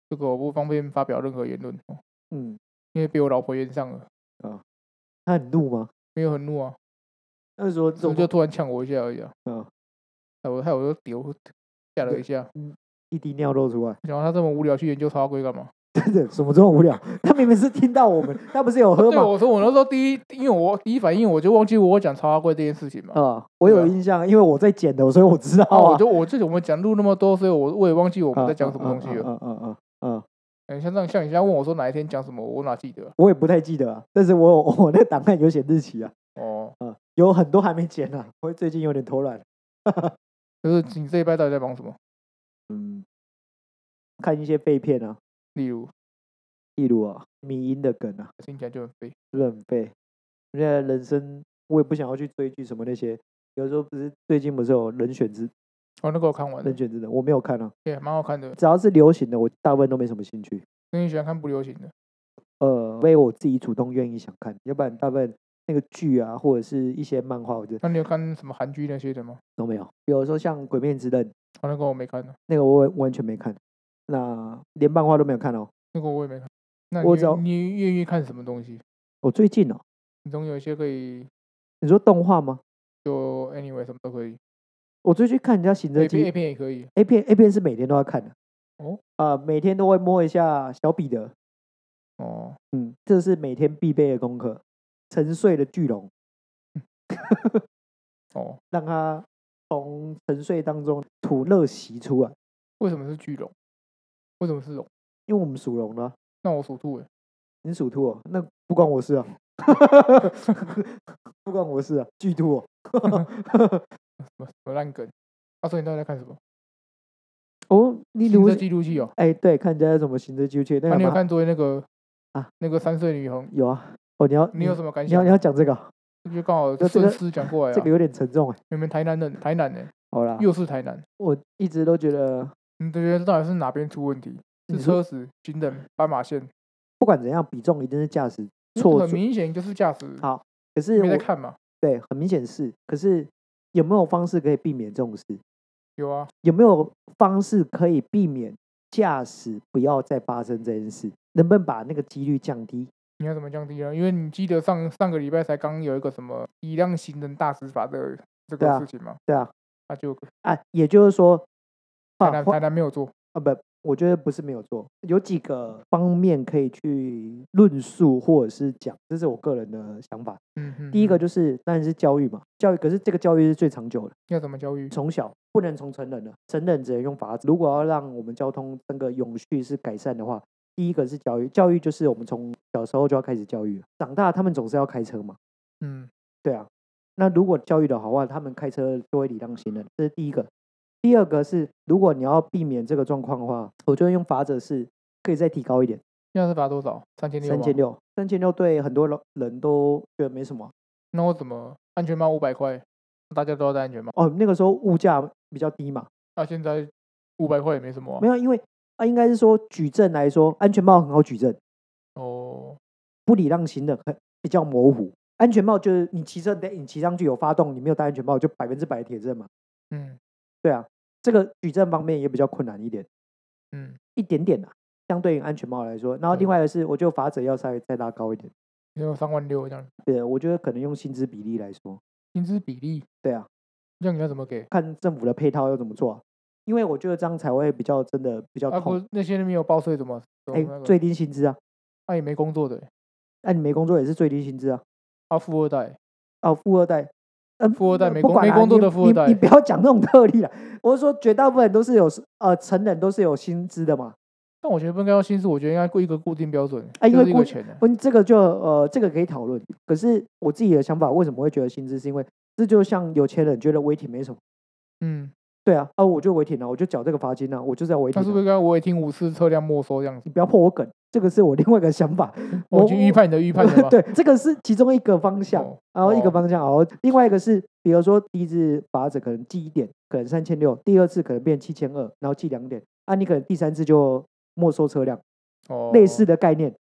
S1: 这个我不方便发表任何言论哦，
S2: 嗯，
S1: 因为被我老婆冤上了，
S2: 他很怒吗？
S1: 没有很怒啊，
S2: 那时候
S1: 只
S2: 怎
S1: 是
S2: 么
S1: 就突然呛我一下而已啊，
S2: 嗯
S1: 害我害我又丢吓了一下，
S2: 一滴尿露出来？
S1: 然后他这么无聊去研究超龟干嘛？
S2: 真的什么这么无聊？他明明是听到 我们，他不是有喝
S1: 对，
S2: 吗？
S1: 我说我那时候第一，因为我第一反应我就忘记我讲超花贵这件事情嘛。
S2: 啊，我有印象，因为我在剪的，所以我知道
S1: 啊，我
S2: 啊。
S1: 就我这我们讲录那么多，所以我我也忘记我
S2: 我
S1: 们在讲什么东西了。
S2: 嗯嗯嗯嗯嗯，
S1: 嗯，像这样像你现在问我说哪一天讲什么，我哪记得啊？
S2: 我也不太记得啊，但是我有 我那个档案有写日期啊，
S1: 哦，
S2: 嗯，有很多还没剪啊，我最近有点偷懒，
S1: 就是你这一拜到底在忙什么？
S2: 嗯，看一些废片啊，
S1: 例如
S2: 例如啊，迷音的梗啊，
S1: 听起来就很悲。
S2: 是不是很废？我现在人生我也不想要去追剧什么那些，有时候不是最近不是有人选之
S1: 哦，那个我看完了
S2: 人，选之人，我没有看啊，
S1: 也蛮好看的。
S2: 只要是流行的，我大部分都没什么兴趣。
S1: 那你喜欢看不流行的？
S2: 呃，为我自己主动愿意想看，要不然大部分那个剧啊，或者是一些漫画，我就
S1: 那你有看什么韩剧那些的吗？
S2: 都没有。比如说像《鬼灭之刃》，
S1: 哦，那个我没看呢，
S2: 那个我完全没看，那连漫画都没有看哦。
S1: 那个我也没看。那
S2: 我
S1: 你
S2: 只要
S1: 你愿意看什么东西？
S2: 我最近哦，
S1: 你总有一些可以
S2: 你说动画吗？
S1: 就 anyway 什么都可以
S2: 我最近看人家行车
S1: ，A 片 A
S2: 记
S1: 片也可以。
S2: A 片 A 片是每天都要看的
S1: 哦，
S2: 啊，每天都会摸一下小彼得，
S1: 哦，
S2: 嗯，这是每天必备的功课。沉睡的巨龙，
S1: 哦，
S2: 让他从沉睡当中吐乐息出啊来，
S1: 为什么是巨龙？为什么是龙？
S2: 因为我们属龙的啊、
S1: 那我属兔诶，
S2: 你属兔、哦，那不关我事啊， 不关我事啊，巨兔、哦。
S1: 什么什么烂梗？他说你到底在看什么？
S2: 哦，你
S1: 行
S2: 如
S1: 车记录器哦。
S2: 哎，对，看人家有什么行车纠结，
S1: 那
S2: 那个
S1: 啊你有
S2: 嘛
S1: 看昨天那个
S2: 啊
S1: 那个三岁女童？
S2: 有啊。哦，你要
S1: 你有什么感
S2: 你要
S1: 想
S2: 你？要讲这个啊，
S1: 就刚好
S2: 这
S1: 顺
S2: 个
S1: 势讲过来
S2: 这
S1: 啊
S2: 个。有啊点沉重哎。
S1: 你们台南人，台南人
S2: 好啦，
S1: 又是台南，
S2: 我一直都觉得，
S1: 你觉得到底是哪边出问题？
S2: 你
S1: 是
S2: 说
S1: 车子、行人、斑马线？
S2: 不管怎样，比重一定是驾驶
S1: 那嗯
S2: 错
S1: 很
S2: 错。
S1: 明显就是驾驶
S2: 好可是
S1: 没在
S2: 我
S1: 看嘛。
S2: 对，很明显是，可是有没有方式可以避免这种事？
S1: 有啊，
S2: 有没有方式可以避免驾驶不要再发生这件事？能不能把那个几率降低？
S1: 你要怎么降低啊？因为你记得上上个礼拜才刚有一个什么一辆行人大执法的这
S2: 对
S1: 个
S2: 啊
S1: 事情嘛，
S2: 对啊，
S1: 那就
S2: 啊，也就是说，
S1: 台
S2: 啊，
S1: 南
S2: 或
S1: 台南没有做。
S2: 啊不，我觉得不是没有做，有几个方面可以去论述或者是讲，这是我个人的想法。
S1: 嗯哼，
S2: 第一个
S1: 嗯
S2: 就是当然是教育嘛，教育，可是这个教育是最长久的，
S1: 要怎么教育？
S2: 从小不能从成人了，成人只能用法子。如果要让我们交通整个永续是改善的话，第一个是教育，教育就是我们从小时候就要开始教育了，长大他们总是要开车嘛，
S1: 嗯，
S2: 对啊，那如果教育的好话，他们开车就会礼让行人，这是第一个。第二个是，如果你要避免这个状况的话，我觉得用罚则是可以再提高一点，
S1: 现在是罚多少？三千六。
S2: 三千。六，三千六对很多人人都觉得没什么啊。
S1: 那我怎么安全帽五百块？大家都要戴安全帽。
S2: 哦，那个时候物价比较低嘛，
S1: 那、现在五百块也没什么、啊
S2: 没。有，因为啊，应该是说举证来说，安全帽很好举证，
S1: 哦，
S2: 不礼让行人很比较模糊。安全帽就是你骑车，你骑上去有发动，你没有戴安全帽，就百分之百的铁证嘛。
S1: 嗯
S2: 对啊，这个举证方面也比较困难一点。
S1: 嗯，
S2: 一点点啊，相对于安全帽来说。然后另
S1: 对
S2: 外的是，我觉得法则要稍微再拉高一点。
S1: 有三万六这样，
S2: 对，我觉得可能用薪资比例来说，
S1: 薪资比例，
S2: 对啊，
S1: 这样你要怎么给？
S2: 看政府的配套要怎么做啊、因为我觉得这样才会比较真的比较
S1: 啊，不
S2: 痛。
S1: 是那些没有报税怎么？
S2: 哎、
S1: 那个
S2: 最低薪资啊，
S1: 他、也没工作的欸、
S2: 那、你没工作也是最低薪资啊。
S1: 他、富二代，
S2: 哦，富二代，嗯，
S1: 富二代没
S2: 不
S1: 工
S2: 管
S1: 没
S2: 啊
S1: 工作
S2: 你
S1: 的富二
S2: 你
S1: 代
S2: 你不要讲这种特例了。我是说，绝大部分都是有呃成人都是有薪资的嘛。
S1: 但我觉得不应该要薪资，我觉得应该过一个固定标准，
S2: 啊因
S1: 就
S2: 为
S1: 是一个
S2: 固
S1: 钱、啊。
S2: 不，这个就呃，这个可以讨论。可是我自己的想法，为什么会觉得薪资，是因为这就像有钱人觉得违停没什么。
S1: 嗯，
S2: 对啊，啊，我就违停了，我就缴这个罚金了，我就是要违停
S1: 他是不是
S2: 啊。
S1: 应该我也听五次车辆没收这样子？
S2: 你不要破我梗，这个是我另外一个想法。
S1: 哦我
S2: 我
S1: 已经预判你的预判了吧？
S2: 对，这个是其中一个方向，
S1: 哦
S2: 然后一个
S1: 哦
S2: 方向，然后另外一个是，比如说第一次罚则可能记一点，可能三千六，第二次可能变七千二，然后记两点，啊，你可能第三次就没收车辆，
S1: 哦，
S2: 类似的概念。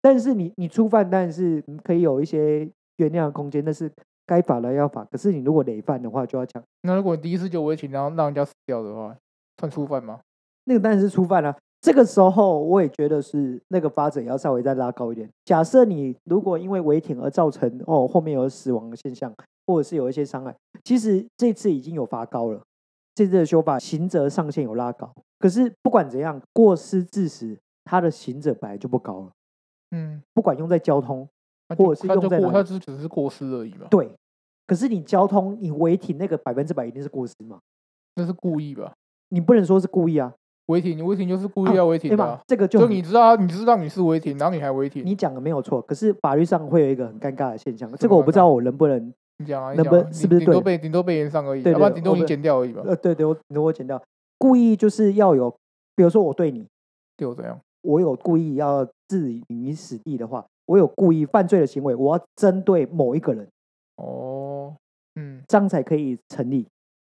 S2: 但是你你初犯，但是嗯可以有一些原谅的空间，但是该罚的要罚。可是你如果累犯的话，就要讲
S1: 那如果你第一次就违停，然后让人家死掉的话，算初犯吗？
S2: 那个当然是初犯啦、啊这个时候，我也觉得是那个发展要稍微再拉高一点。假设你如果因为违停而造成哦后面有死亡的现象，或者是有一些伤害，其实这次已经有罚高了。这次的修法，刑责上限有拉高，可是不管怎样，过失致死它的行者本来就不高了，
S1: 嗯，
S2: 不管用在交通，
S1: 他就
S2: 或者是
S1: 他
S2: 用
S1: 就
S2: 在
S1: 过，
S2: 哪
S1: 他
S2: 里
S1: 只只是过失而已嘛，
S2: 对。可是你交通，你违停那个百分之百一定是过失嘛？
S1: 那是故意吧？
S2: 你不能说是故意啊，
S1: 违停，你违停就是故
S2: 啊
S1: 意要违停
S2: 对
S1: 的
S2: 吧
S1: 啊，？
S2: 这个就
S1: 就
S2: 很
S1: 你知道你知道你是违停，然后你还违停，
S2: 你讲的没有错，可是法律上会有一个很尴尬的现象，
S1: 么
S2: 这个我
S1: 尴
S2: 不知
S1: 尬
S2: 道我能不能，
S1: 你讲啊，你
S2: 那
S1: 讲
S2: 不
S1: 啊，你
S2: 是不是
S1: 顶多
S2: 对
S1: 被顶多被延上而已，啊
S2: 对
S1: 要不然
S2: 对
S1: 顶多
S2: 我
S1: 你
S2: 们
S1: 剪掉而已吧，
S2: 呃，对对，我我剪掉，故意就是要有，比如说我对你，
S1: 对我怎样？
S2: 我有故意要置你于死地的话，我有故意犯罪的行为，我要针对某一个人，
S1: 哦，嗯
S2: 这样才可以成立。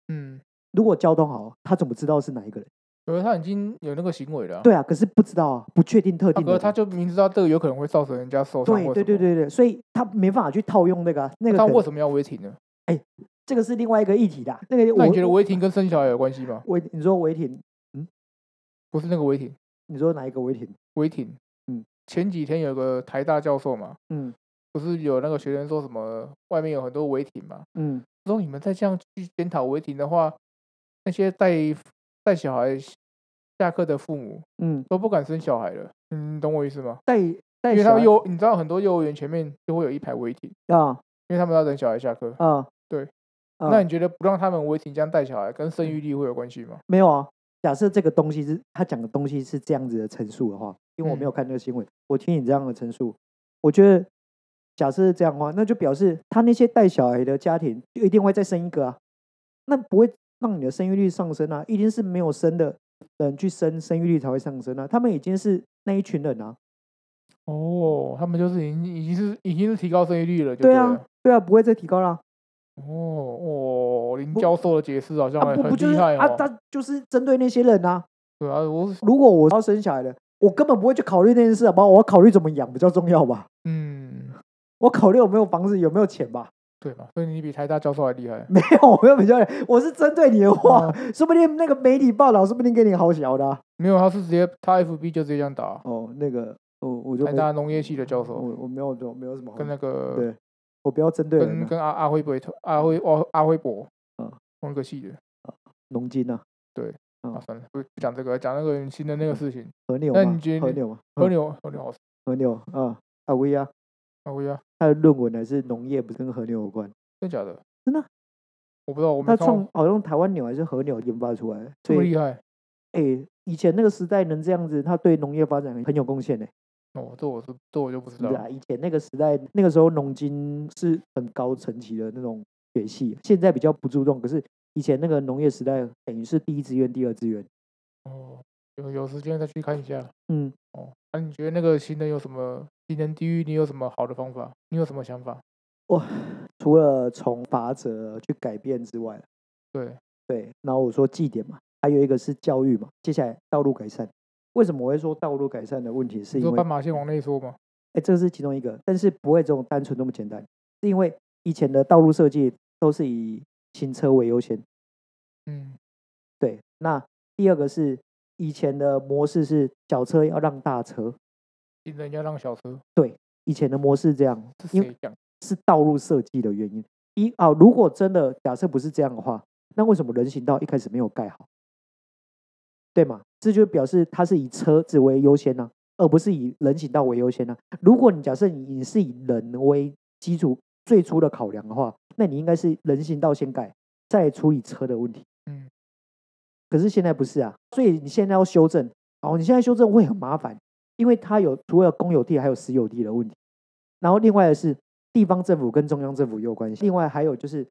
S1: 嗯，
S2: 如果交通好，他怎么知道是哪一个人？
S1: 可是他已经有那个行为了啊，
S2: 对啊，可是不知道啊，不确定特
S1: 啊，
S2: 定
S1: 可
S2: 的
S1: 是他
S2: 人。
S1: 就明知道这个有可能会造成人家受伤
S2: 对
S1: 或
S2: 对
S1: 什
S2: 对
S1: 么，
S2: 对对，所以他没办法去套用那个啊、那
S1: 那
S2: 个
S1: 他
S2: 可能。
S1: 为什么要违停呢？
S2: 这个是另外一个议题的啊、那个
S1: 那
S2: 我
S1: 你觉得违停跟生小孩有关系吗？
S2: 违你说违停，
S1: 不是那个违停，
S2: 你说哪一个违停？
S1: 违停，
S2: 嗯，
S1: 前几天有个台大教授嘛，
S2: 嗯
S1: 不是有那个学生说什么外面有很多违停嘛，
S2: 嗯，
S1: 如果你们再这样去检讨违停的话，那些带带小孩下课的父母
S2: 嗯，
S1: 都不敢生小孩了，嗯，懂我意思吗？
S2: 带带
S1: 因为
S2: 小
S1: 他
S2: 孩
S1: 幼，你知道很多幼儿园前面就会有一排违停，
S2: 啊
S1: 因为他们要等小孩下课。
S2: 啊，
S1: 对
S2: 啊，
S1: 那你觉得不让他们违停这样带小孩，跟生育率会有关系吗？
S2: 没有啊？假设这个东西是他讲的东西是这样子的陈述的话，因为我没有
S1: 嗯
S2: 看这个新闻，我听你这样的陈述，我觉得假设是这样的话，那就表示他那些带小孩的家庭就一定会再生一个啊，那不会让你的生育率上升啊，一定是没有生的人去生，生育率才会上升啊，他们已经是那一群人啊，
S1: 哦，他们就是已经已经是已经是提高生育率了，就
S2: 对
S1: 了
S2: 啊，对啊，不会再提高啦、
S1: 哦哦，林
S2: 不
S1: 教授的解释好像
S2: 啊，
S1: 还
S2: 不
S1: 很
S2: 不就是
S1: 厉害
S2: 啊，
S1: 哦。
S2: 他就是针对那些人啊，
S1: 对啊，我是
S2: 如果我要生小孩了，我根本不会去考虑那件事，好不好？我要考虑怎么养比较重要吧。
S1: 嗯，
S2: 我考虑有没有房子，有没有钱吧？
S1: 对嘛，所以你比台大教授还厉害。
S2: 没有，我没有比较，我是针对你的话，
S1: 哦
S2: 说不定那个媒体报道，说不定给你好小的啊、
S1: 没有，他是直接他 FB 就直接这样打，
S2: 哦，那个，我我就
S1: 台
S2: 没，
S1: 大农业系的教
S2: 我
S1: 授
S2: 我没有，我没有什么好，
S1: 跟那个
S2: 对，我不要针对人
S1: 跟
S2: 啊、
S1: 跟阿阿辉伯阿辉阿阿辉伯
S2: 嗯
S1: 同一个系的。
S2: 农经啊，
S1: 啊，算了，不不讲这个，讲那个新的那个事情。
S2: 和牛
S1: 那
S2: 嘛
S1: 你觉，得
S2: 和
S1: 你
S2: 牛嘛，
S1: 和
S2: 嗯
S1: 牛和牛好吃，
S2: 和牛啊，阿威啊，
S1: 阿辉啊，
S2: 他的论文还是农业，不是跟和牛有关？
S1: 真假的？
S2: 真的啊？
S1: 我不知道，我没
S2: 他
S1: 看过
S2: 创好像台湾牛还是和牛研发出来的，
S1: 这
S2: 所
S1: 么
S2: 以
S1: 厉害
S2: 哎、以前那个时代能这样子，他对农业发展很有贡献呢。
S1: 哦，这我是这我就不知道
S2: 对。啊，以前那个时代，那个时候农经是很高层级的那种学系，现在比较不注重。可是以前那个农业时代，等于是第一志愿、第二志愿。
S1: 哦，有有时间再去看一下。
S2: 嗯，
S1: 哦，那、你觉得那个新人有什么新人地狱？你有什么好的方法？你有什么想法？
S2: 除了从法则去改变之外，
S1: 对，
S2: 对，然后我说绩点嘛，还有一个是教育嘛，接下来道路改善。为什么我会说道路改善的问题？是
S1: 你
S2: 因
S1: 说
S2: 为
S1: 斑马线往内缩嘛？
S2: 哎，这是其中一个，但是不会这种单纯那么简单，是因为以前的道路设计都是以行车为优先。
S1: 嗯，
S2: 对，那第二个是以前的模式是小车要让大车，
S1: 新人要让小车
S2: 以前的模式这样，
S1: 是
S2: 因为
S1: 谁讲？
S2: 是道路设计的原因。一啊，如果真的假设不是这样的话，那为什么人行道一开始没有盖好？对吗？这就表示它是以车子为优先呢、啊而不是以人行道为优先呢、如果你假设你你是以人为基础最初的考量的话，那你应该是人行道先盖，再处理车的问题。
S1: 嗯，
S2: 可是现在不是啊，所以你现在要修正哦，你现在修正会很麻烦，因为它有除了公有地还有私有地的问题。然后另外的是地方政府跟中央政府也有关系，另外还有就是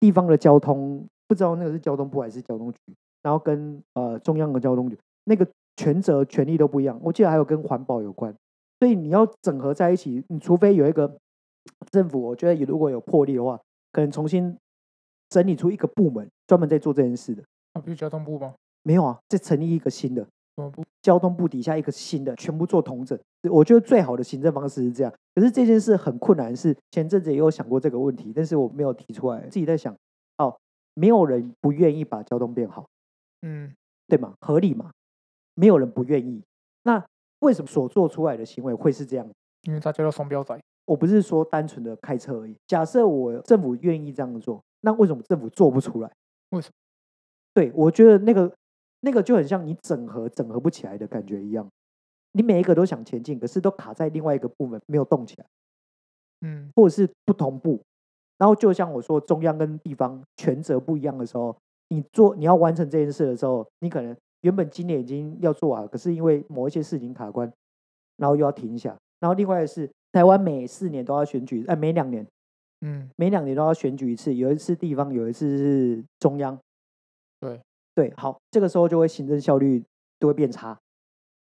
S2: 地方的交通，不知道那个是交通部还是交通局，然后跟呃中央的交通局那个权责权利都不一样。我记得还有跟环保有关，所以你要整合在一起，你除非有一个政府，我觉得如果有魄力的话，可能重新整理出一个部门专门在做这件事的。
S1: 啊，不是交通部吗？
S2: 没有啊，再成立一个新的
S1: 什么部？
S2: 交通部底下一个新的，全部做统整。我觉得最好的行政方式是这样。可是这件事很困难，是前阵子也有想过这个问题，但是我没有提出来，自己在想，哦，没有人不愿意把交通变好，
S1: 嗯，
S2: 对吗？合理嘛？没有人不愿意。那为什么所做出来的行为会是这样？
S1: 因为大家都双标仔。
S2: 我不是说单纯的开车而已。假设我政府愿意这样做，那为什么政府做不出来？
S1: 为什么？
S2: 对，我觉得那个那个就很像你整合整合不起来的感觉一样。你每一个都想前进，可是都卡在另外一个部门没有动起来，
S1: 嗯，
S2: 或者是不同步。然后就像我说，中央跟地方权责不一样的时候，你做你要完成这件事的时候，你可能原本今年已经要做好，可是因为某一些事情卡关，然后又要停一下。然后另外的是，台湾每四年都要选举，哎，每两年
S1: 嗯，
S2: 每两年都要选举一次，有一次地方，有一次是中央。
S1: 对
S2: 对，好，这个时候就会行政效率都会变差，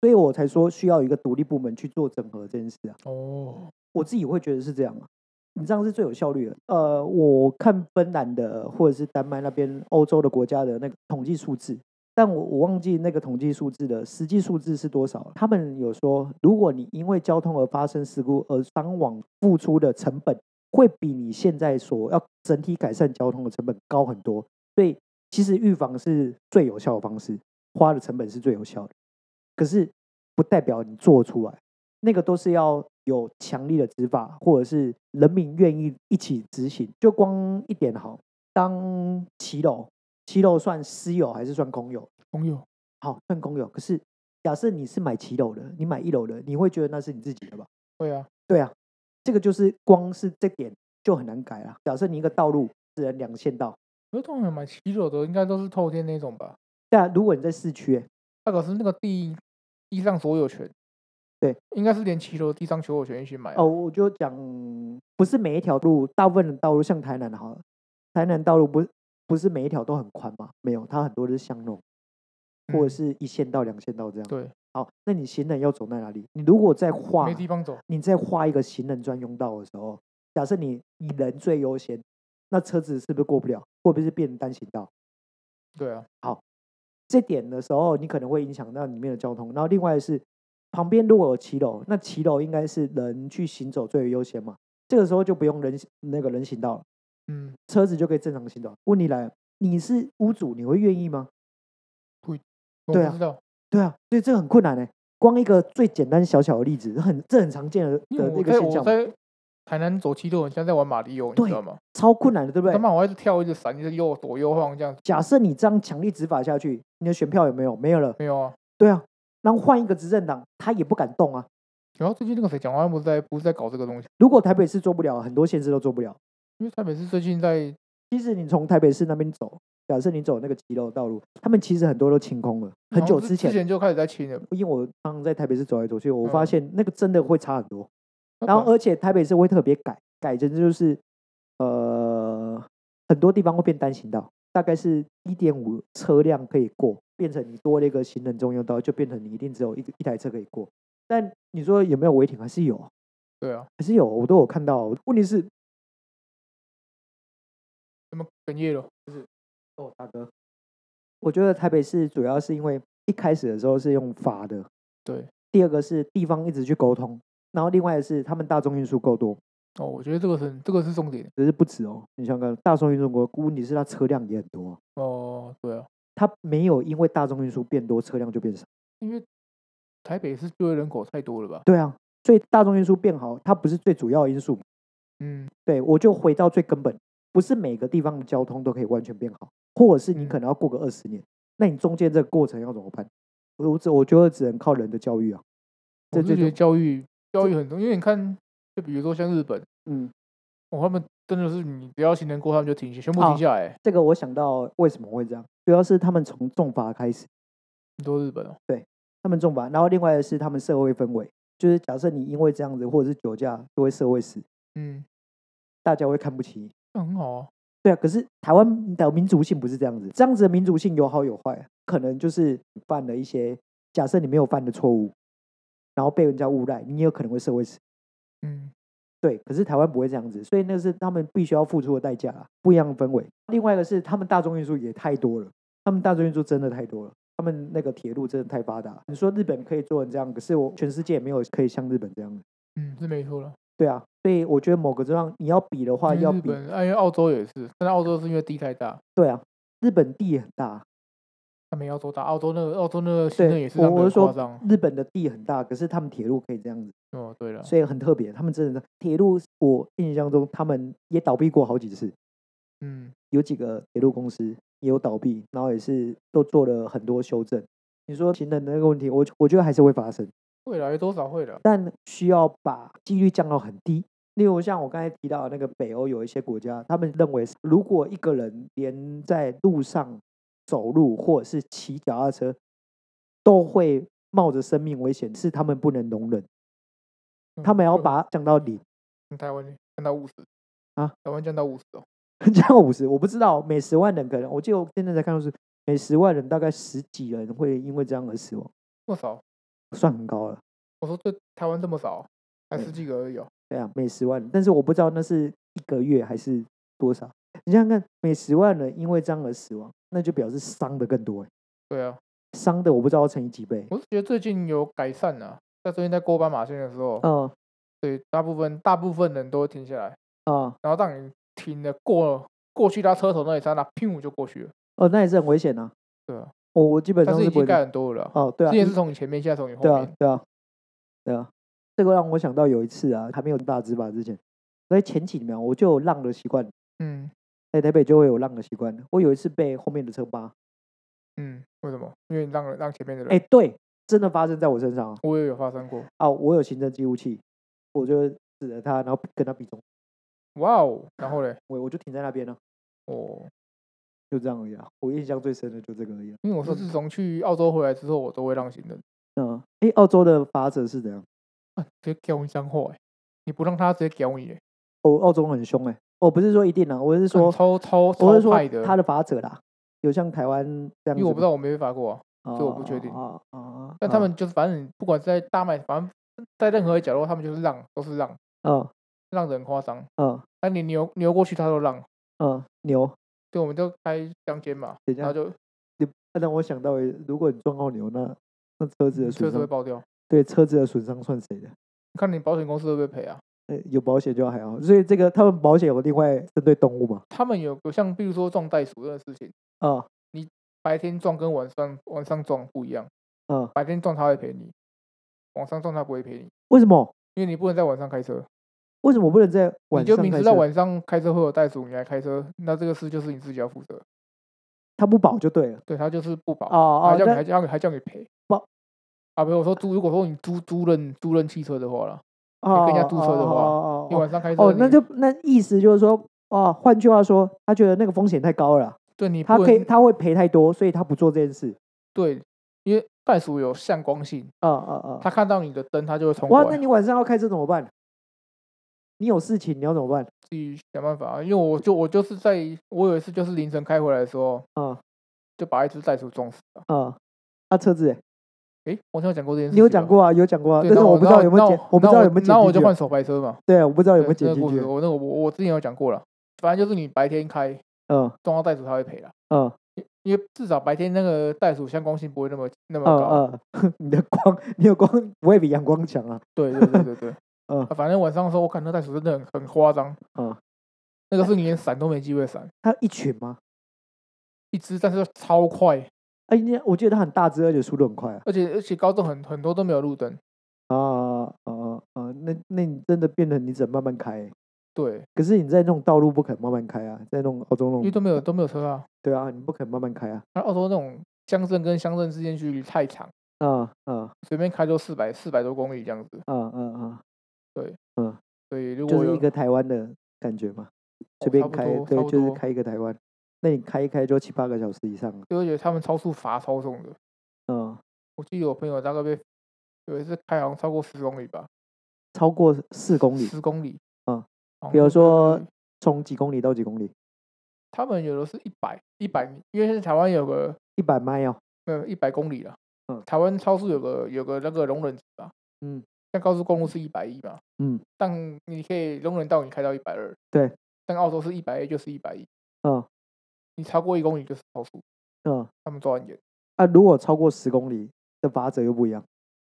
S2: 所以我才说需要一个独立部门去做整合这件事啊。
S1: 哦，
S2: 我自己会觉得是这样啊，你这样是最有效率的。呃，我看芬兰的或者是丹麦那边欧洲的国家的那个统计数字，但我我忘记那个统计数字的实际数字是多少了。他们有说，如果你因为交通而发生事故而伤亡，付出的成本会比你现在所要整体改善交通的成本高很多。所以其实预防是最有效的方式，花的成本是最有效的。可是不代表你做出来，那个都是要有强力的执法，或者是人民愿意一起执行。就光一点好，当骑楼，骑楼算私有还是算公有？
S1: 朋友，
S2: 好，算公有。可是假设你是买骑楼的，你买一楼的，你会觉得那是你自己的吧？
S1: 对啊，
S2: 对啊，这个就是光是这点就很难改了。假设你一个道路只能两线道，
S1: 儿童人买骑手的应该都是透天那种吧？
S2: 但如果你在市区、欸，
S1: 那可是那个地地上所有权，
S2: 对，
S1: 应该是连骑楼地上所有权一起买啊
S2: 哦，，我就讲，不是每一条路，大部分的道路像台南好了，台南道路不不是每一条都很宽嘛？没有，它很多都是巷弄，或者
S1: 嗯
S2: 是一线道、两线道这样。
S1: 对，
S2: 好，那你行人要走在哪里？你如果在画
S1: 没，地方走，
S2: 你在画一个行人专用道的时候，假设你以人最优先，那车子是不是过不了？会不会是变成单行道？
S1: 对啊，
S2: 这点的时候，你可能会影响到里面的交通。然后另外是旁边如果有骑楼，那骑楼应该是人去行走最为优先嘛，这个时候就不用人行那个人行道了，
S1: 嗯，
S2: 车子就可以正常行走。问题来了，你是屋主，你会愿意吗？
S1: 我
S2: 对
S1: 不
S2: 啊
S1: 知道，
S2: 对啊，所以这个很困难呢、光一个最简单小小的例子，很这很常见的
S1: 因为
S2: 的
S1: 我
S2: 那个
S1: 在
S2: 现
S1: 我
S2: 象嘛，
S1: 在台南走骑楼，很像在玩马里奥，你
S2: 对
S1: 知道吗？
S2: 超困难的，对不
S1: 他
S2: 对？
S1: 妈我一直跳，一直闪，一直右左右晃这样子，
S2: 假设你这样强力执法下去，你的选票有没有？没有了。
S1: 没有啊。
S2: 对啊，然后换一个执政党，他也不敢动啊。
S1: 然后最近那个谁，蒋万安不是在不是在搞这个东西，
S2: 如果台北市做不了，很多县市都做不了。
S1: 因为台北市最近在
S2: 其实你从台北市那边走，假设你走那个骑楼道路，他们其实很多都清空了，很
S1: 好像
S2: 久
S1: 是
S2: 之前。
S1: 之前就开始在清了，
S2: 因为我常常在台北市走来走去，我发
S1: 嗯哦
S2: 现那个真的会差很多。
S1: 那
S2: 然后
S1: 本
S2: 而且台北市会特别改，改成就是呃很多地方会变单行道，大概是一点五车辆可以过，变成你多了一个行人专用道，就变成你一定只有一个一台车可以过。但你说有没有违停？还是有啊，
S1: 对啊，
S2: 还是有，我都有看到。问题是，
S1: 怎么哽咽了？
S2: 哦，大哥，我觉得台北市主要是因为一开始的时候是用罚的，
S1: 对，
S2: 第二个是地方一直去沟通，然后另外是他们大众运输够多，
S1: 哦，我觉得这个是这个是重点
S2: 只是不止哦。你想想看，大众运输够，问题是它车辆也很多啊，
S1: 哦，对啊，
S2: 它没有因为大众运输变多，车辆就变少。
S1: 因为台北市就业人口太多了吧？
S2: 对啊，所以大众运输变好，它不是最主要的因素嘛。
S1: 嗯，
S2: 对我就回到最根本，不是每个地方的交通都可以完全变好，或者是你
S1: 嗯
S2: 可能要过个二十年，那你中间这个过程要怎么办？我只我觉得只能靠人的教育啊，
S1: 我
S2: 这
S1: 就
S2: 就
S1: 觉得
S2: 就
S1: 教育教育很重要，因为你看，就比如说像日本，
S2: 嗯。
S1: 哦，他们真的是你只要行人过，他们就停下，全部停
S2: 哦
S1: 下来。
S2: 这个我想到为什么会这样，主要是他们从重罚开始，
S1: 你说日本哦，
S2: 他们重罚，然后另外的是他们社会氛围，就是假设你因为这样子或者是酒驾就会社会死，
S1: 嗯，
S2: 大家会看不起你。
S1: 那很好啊，
S2: 对啊，可是台湾的民族性不是这样子，这样子的民族性有好有坏，可能就是你犯了一些假设你没有犯的错误，然后被人家诬赖，你也有可能会社会死。
S1: 嗯，
S2: 对，可是台湾不会这样子，所以那是他们必须要付出的代价啊，不一样的氛围。另外一个是他们大众运输也太多了，他们大众运输真的太多了，他们那个铁路真的太发达。你说日本可以做成这样，可是我全世界也没有可以像日本这样的。
S1: 嗯，是没错了。
S2: 对啊，所以我觉得某个地方你要比的话，
S1: 因为
S2: 要
S1: 日
S2: 比
S1: 本，啊因为澳洲也是，但是澳洲是因为地太大，
S2: 对啊，日本地也很大，
S1: 他没澳洲大，澳洲那个澳洲那个行人也
S2: 对，
S1: 是
S2: 我
S1: 让
S2: 我
S1: 人
S2: 是
S1: 夸
S2: 说
S1: 张。
S2: 日本的地很大，可是他们铁路可以这样子，
S1: 哦，对了，
S2: 所以很特别。他们真的铁路，我印象中他们也倒闭过好几次，
S1: 嗯，
S2: 有几个铁路公司也有倒闭，然后也是都做了很多修正。你说行人的那个问题，我我觉得还是会发生，
S1: 会来多少会的，
S2: 但需要把几率降到很低。例如像我刚才提到的那个北欧有一些国家，他们认为如果一个人连在路上走路或者是骑脚踏车，都会冒着生命危险，是他们不能容忍，
S1: 嗯
S2: 他们要
S1: 会
S2: 把它降到零，
S1: 台湾降到五十
S2: 啊，
S1: 台湾降到五十哦，
S2: 降到五十。我不知道每十万人可能，我记得我现在才看到是每十万人大概十几人会因为这样而死亡，
S1: 这么少？
S2: 算很高了。
S1: 我说这台湾这么少，才
S2: 对
S1: 十几个而已哦。
S2: 对啊，每十万人，但是我不知道那是一个月还是多少。你想想看，每十万人因为这样而死亡，那就表示伤的更多、欸，
S1: 对啊，
S2: 伤的我不知道要乘以几倍。
S1: 我是觉得最近有改善了、在最近在过斑马线的时候，
S2: 嗯
S1: 对大部分大部分人都会停下来，
S2: 啊
S1: 然后当你停了过了过去他车头那一刹那，屁股就过去了。
S2: 哦，那也是很危险啊。
S1: 对啊，
S2: 我我基本
S1: 但
S2: 上
S1: 是已
S2: 不
S1: 经
S2: 会
S1: 盖很多了啊。
S2: 哦，对啊，
S1: 之前
S2: 一
S1: 是从你前面，现在从你后
S2: 对啊
S1: 面。，
S2: 对啊，对啊。这个让我想到有一次啊，还没有大直吧之前，所以前几年我就有浪的习惯，
S1: 嗯
S2: 在台北就会有浪的习惯。我有一次被后面的车扒，
S1: 嗯，为什么？因为你让了让前面的人。
S2: 哎、对，真的发生在我身上啊。
S1: 我也有发生过。
S2: 啊，我有行车记录器，我就指着他，然后跟他比中，
S1: 哇哦，然后嘞，
S2: 我我就停在那边了、
S1: 我
S2: 就这样而已啊。我印象最深的就这个而已、啊。
S1: 因为我是自从去澳洲回来之后，我都会让行人。
S2: 嗯，哎，澳洲的法则是怎样？
S1: 啊，直接教你脏话哎！你不让他直接教你哎，
S2: 哦，澳洲很凶哎、我不是说一定啊，我是
S1: 干
S2: 说，
S1: 超超
S2: 我是
S1: 超
S2: 说
S1: 派的，
S2: 他的法则啦，有像台湾这样
S1: 因
S2: 子吗，
S1: 为我不知道我没被罚过啊。
S2: 道
S1: 所以我不确定
S2: 啊啊啊！
S1: 但他们就是反正不管是在大麦，反正在任何角落，他们就是让，都是让，
S2: 嗯
S1: 让人夸张。
S2: 嗯
S1: 那你牛牛过去，他都让，
S2: 嗯牛，
S1: 对，我们就开乡间嘛，
S2: 等一
S1: 然后
S2: 下，
S1: 就嗯
S2: 你啊让我想到一，如果你撞到牛，那那车子的
S1: 车
S2: 损
S1: 子会
S2: 伤，
S1: 爆掉。
S2: 对车子的损伤算谁的？
S1: 看你保险公司会不会赔啊？
S2: 呃，有保险就还好，所以这个他们保险有另外针对动物嘛？
S1: 他们有有像比如说撞袋鼠这个事情，
S2: 啊
S1: 白天撞跟晚上晚上撞不一样，
S2: 啊，
S1: 白天撞他会赔你，晚上撞他不会赔你，
S2: 为什么？
S1: 因为你不能在晚上开车。
S2: 为什么不能在
S1: 你
S2: 晚
S1: 就
S2: 上
S1: 明
S2: 开
S1: 知道
S2: 车？
S1: 晚上开车会有袋鼠，你来开车，那这个事就是你自己要负责。
S2: 他不保就对了。
S1: 对他就是不保，
S2: 哦哦
S1: 还，叫你还
S2: 那
S1: 叫你还叫你赔。
S2: 保
S1: 啊，没有我说租，如果说你租租赁租赁汽车的话啦，
S2: 哦
S1: 跟人家租车的
S2: 哦
S1: 话
S2: 哦
S1: 你
S2: 哦
S1: 晚上开车
S2: 哦，
S1: 你，
S2: 那就那意思就是说，哦，换句话说，他觉得那个风险太高了啦，
S1: 对你
S2: 他
S1: 不
S2: 可以
S1: 能
S2: 他会赔太多，所以他不做这件事。
S1: 对，因为袋鼠有向光性，
S2: 啊啊
S1: 它
S2: 啊！
S1: 看到你的灯，它就会冲过
S2: 哇，那
S1: 来，
S2: 你晚上要开车怎么办？你有事情你要怎么办？
S1: 自己想办法啊。因为我就我就是在我有一次就是凌晨开回来的时候，
S2: 啊
S1: 就把一只袋鼠撞死了。
S2: 啊啊！车子欸，
S1: 诶，我好像有讲过这件事，
S2: 你有讲。过啊，有讲过啊，
S1: 对，
S2: 但是
S1: 那
S2: 我不知
S1: 那
S2: 道有没有
S1: 那
S2: 剪，我不知
S1: 那
S2: 道有没有剪
S1: 那我
S2: 进
S1: 就
S2: 去
S1: 换
S2: 啊。
S1: 手排车嘛。
S2: 对，我不知道有没有
S1: 对
S2: 剪
S1: 那个
S2: 进
S1: 故
S2: 去
S1: 事，
S2: 啊。
S1: 我那个我我之前有讲过了，反正就是你白天开
S2: 嗯
S1: 撞到袋鼠，它会赔啦，
S2: 嗯
S1: 因因为至少白天那个袋鼠相关性不会那么那么高。
S2: 嗯嗯， 你的光，你有光不会比阳光强啊。
S1: 对对对对对，
S2: 嗯
S1: 啊反正晚上的时候，我看那袋鼠真的很很夸张，
S2: 嗯，
S1: 那个是你连闪都没机会闪，
S2: 它一群吗？
S1: 一只但是超快，
S2: 哎，你我记得它很大只，而且速度很快啊。
S1: 而且而且高中很很多都没有路灯。
S2: 啊啊啊啊！那那你真的变得你只能慢慢开欸，
S1: 对，
S2: 可是你在那种道路不肯慢慢开啊，在那种澳洲
S1: 因
S2: 那
S1: 为
S2: 种
S1: 都没有都没有车啊，
S2: 对啊，你不肯慢慢开啊。
S1: 而澳洲那种乡镇跟乡镇之间距离太长，
S2: 啊啊
S1: 随便开都四百四百多公里这样子，
S2: 啊啊啊！
S1: 所以如
S2: 就
S1: 果
S2: 是
S1: 有
S2: 一个台湾的感觉嘛，随
S1: 哦差不
S2: 便开，
S1: 多
S2: 对
S1: 差，不
S2: 就是
S1: 多
S2: 开一个台湾，那你开一开就七八个小时以上了。
S1: 就而且他们超速罚超重的。
S2: 嗯，
S1: 我记得我朋友大概被有一次开好像超过十公里吧，
S2: 超过四公里，
S1: 十公里，
S2: 嗯
S1: 好像
S2: 比如
S1: 是十公
S2: 说
S1: 里，嗯
S2: 从几公里到几公里，
S1: 他们有的是一百一百米，因为现在台湾有个
S2: 一百迈哦。
S1: 呃一百公里了，
S2: 嗯
S1: 台湾超速有个有个那个容忍值吧，
S2: 嗯，
S1: 像高速公路是一百一嘛，
S2: 嗯，
S1: 但你可以容忍到你开到一百二，
S2: 对，
S1: 但澳洲是一百 A 就是一百一，
S2: 嗯
S1: 你超过一公里就是超速，
S2: 嗯，
S1: 他们抓很严，
S2: 啊，如果超过十公里的法则又不一样。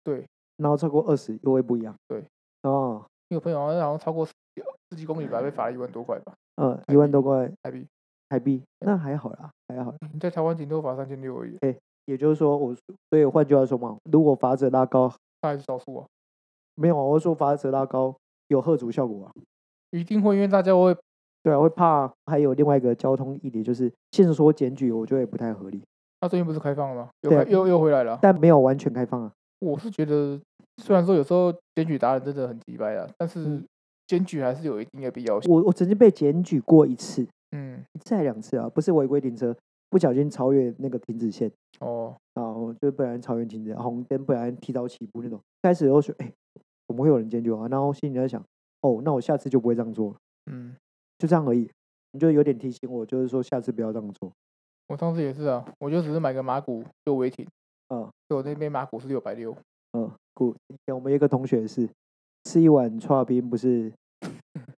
S1: 对，
S2: 然后超过二十又会不一样。
S1: 对，
S2: 哦，
S1: 因为我朋友好像好像超过十几十几公里吧，被罚了一万多块吧
S2: 嗯，
S1: 台
S2: 一万
S1: 币
S2: 多块
S1: 台币，
S2: 台币，那还好啦，还好啦。
S1: 你在台湾顶多罚三千六而已，
S2: 也就是说我，所以换句话说嘛，如果法则拉高，
S1: 那还是少数啊。
S2: 没有啊，我说法则拉高有贺主效果啊。
S1: 一定会，因为大家会
S2: 对啊，会怕啊。还有另外一个交通议题，就是限缩检举，我觉得也不太合理，
S1: 他最近不是开放了吗？又
S2: 对啊
S1: 开又又回来了啊。
S2: 但没有完全开放啊。
S1: 我是觉得，虽然说有时候检举达人真的很鸡掰啊，但是
S2: 嗯
S1: 检举还是有一定的必要性。
S2: 我我曾经被检举过一次，
S1: 嗯，
S2: 一次还两次啊，不是违规停车，不小心超越那个停止线
S1: 哦，
S2: 啊，我就不小心超越停止红灯，不小心提早起步那种。开始我说，哎、怎么会有人检举我啊？然后心里在想，哦，那我下次就不会这样做了，
S1: 嗯，
S2: 就这样而已。你就有点提醒我，就是说下次不要这样做。
S1: 我上次也是啊，我就只是买个马股就违停，
S2: 嗯，
S1: 所以我那边马股是六百六，
S2: 嗯，故以前我们有一个同学是吃一碗串冰，不是？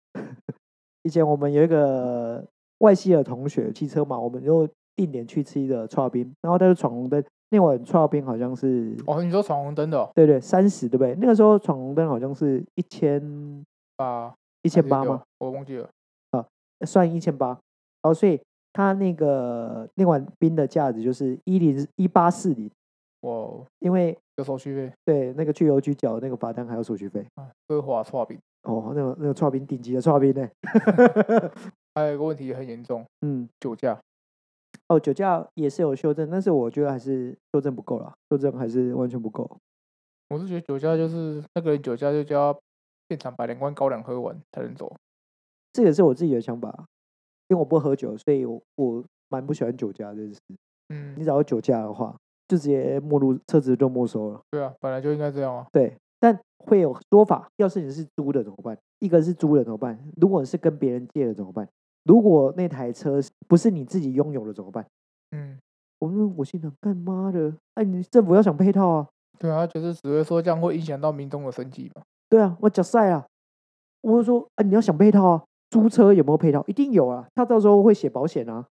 S2: 以前我们有一个外系的同学骑车嘛，我们就定点去吃的串冰，然后他就闯红灯。那碗串冰好像是，
S1: 哦，你说闯红灯的、哦、
S2: 对对，三十对不对？那个时候闯红灯好像是一千
S1: 啊？
S2: 一
S1: 一
S2: 千八吗？？
S1: 我忘记了。
S2: 算一千八，然后所以他那个那碗冰的价值就是一零一八四零，
S1: 我
S2: 因为
S1: 有手续费
S2: 对那个去邮局缴那个罚单还有手续费。
S1: 啊，奢华差评。
S2: 哦，那个那个串冰顶级的串冰呢？
S1: 还有一个问题也很严重，
S2: 嗯，
S1: 酒驾。
S2: 哦，酒驾也是有修正，但是我觉得还是修正不够啦，修正还是完全不够。
S1: 我是觉得酒驾就是那个人酒驾就叫他现场把两罐高粱喝完才能走。
S2: 这也是我自己的想法，因为我不喝酒，所以我我蛮不喜欢酒驾这件事。你
S1: 嗯，
S2: 只要有酒驾的话，就直接没入车子就没收了。
S1: 对啊，本来就应该这样啊。
S2: 对，但会有说法，要是你是租的怎么办？一个是租的怎么办？如果是跟别人借的怎么办？如果那台车是不是你自己拥有的怎么办？
S1: 嗯，
S2: 我们我心想，干妈的，哎，你政府要想配套啊，
S1: 对啊，就是只会说这样会影响到民众的生计嘛。
S2: 对啊，我脚晒啊。我就说，啊，你要想配套啊，租车有没有配套？一定有啊，他到时候会写保险啊，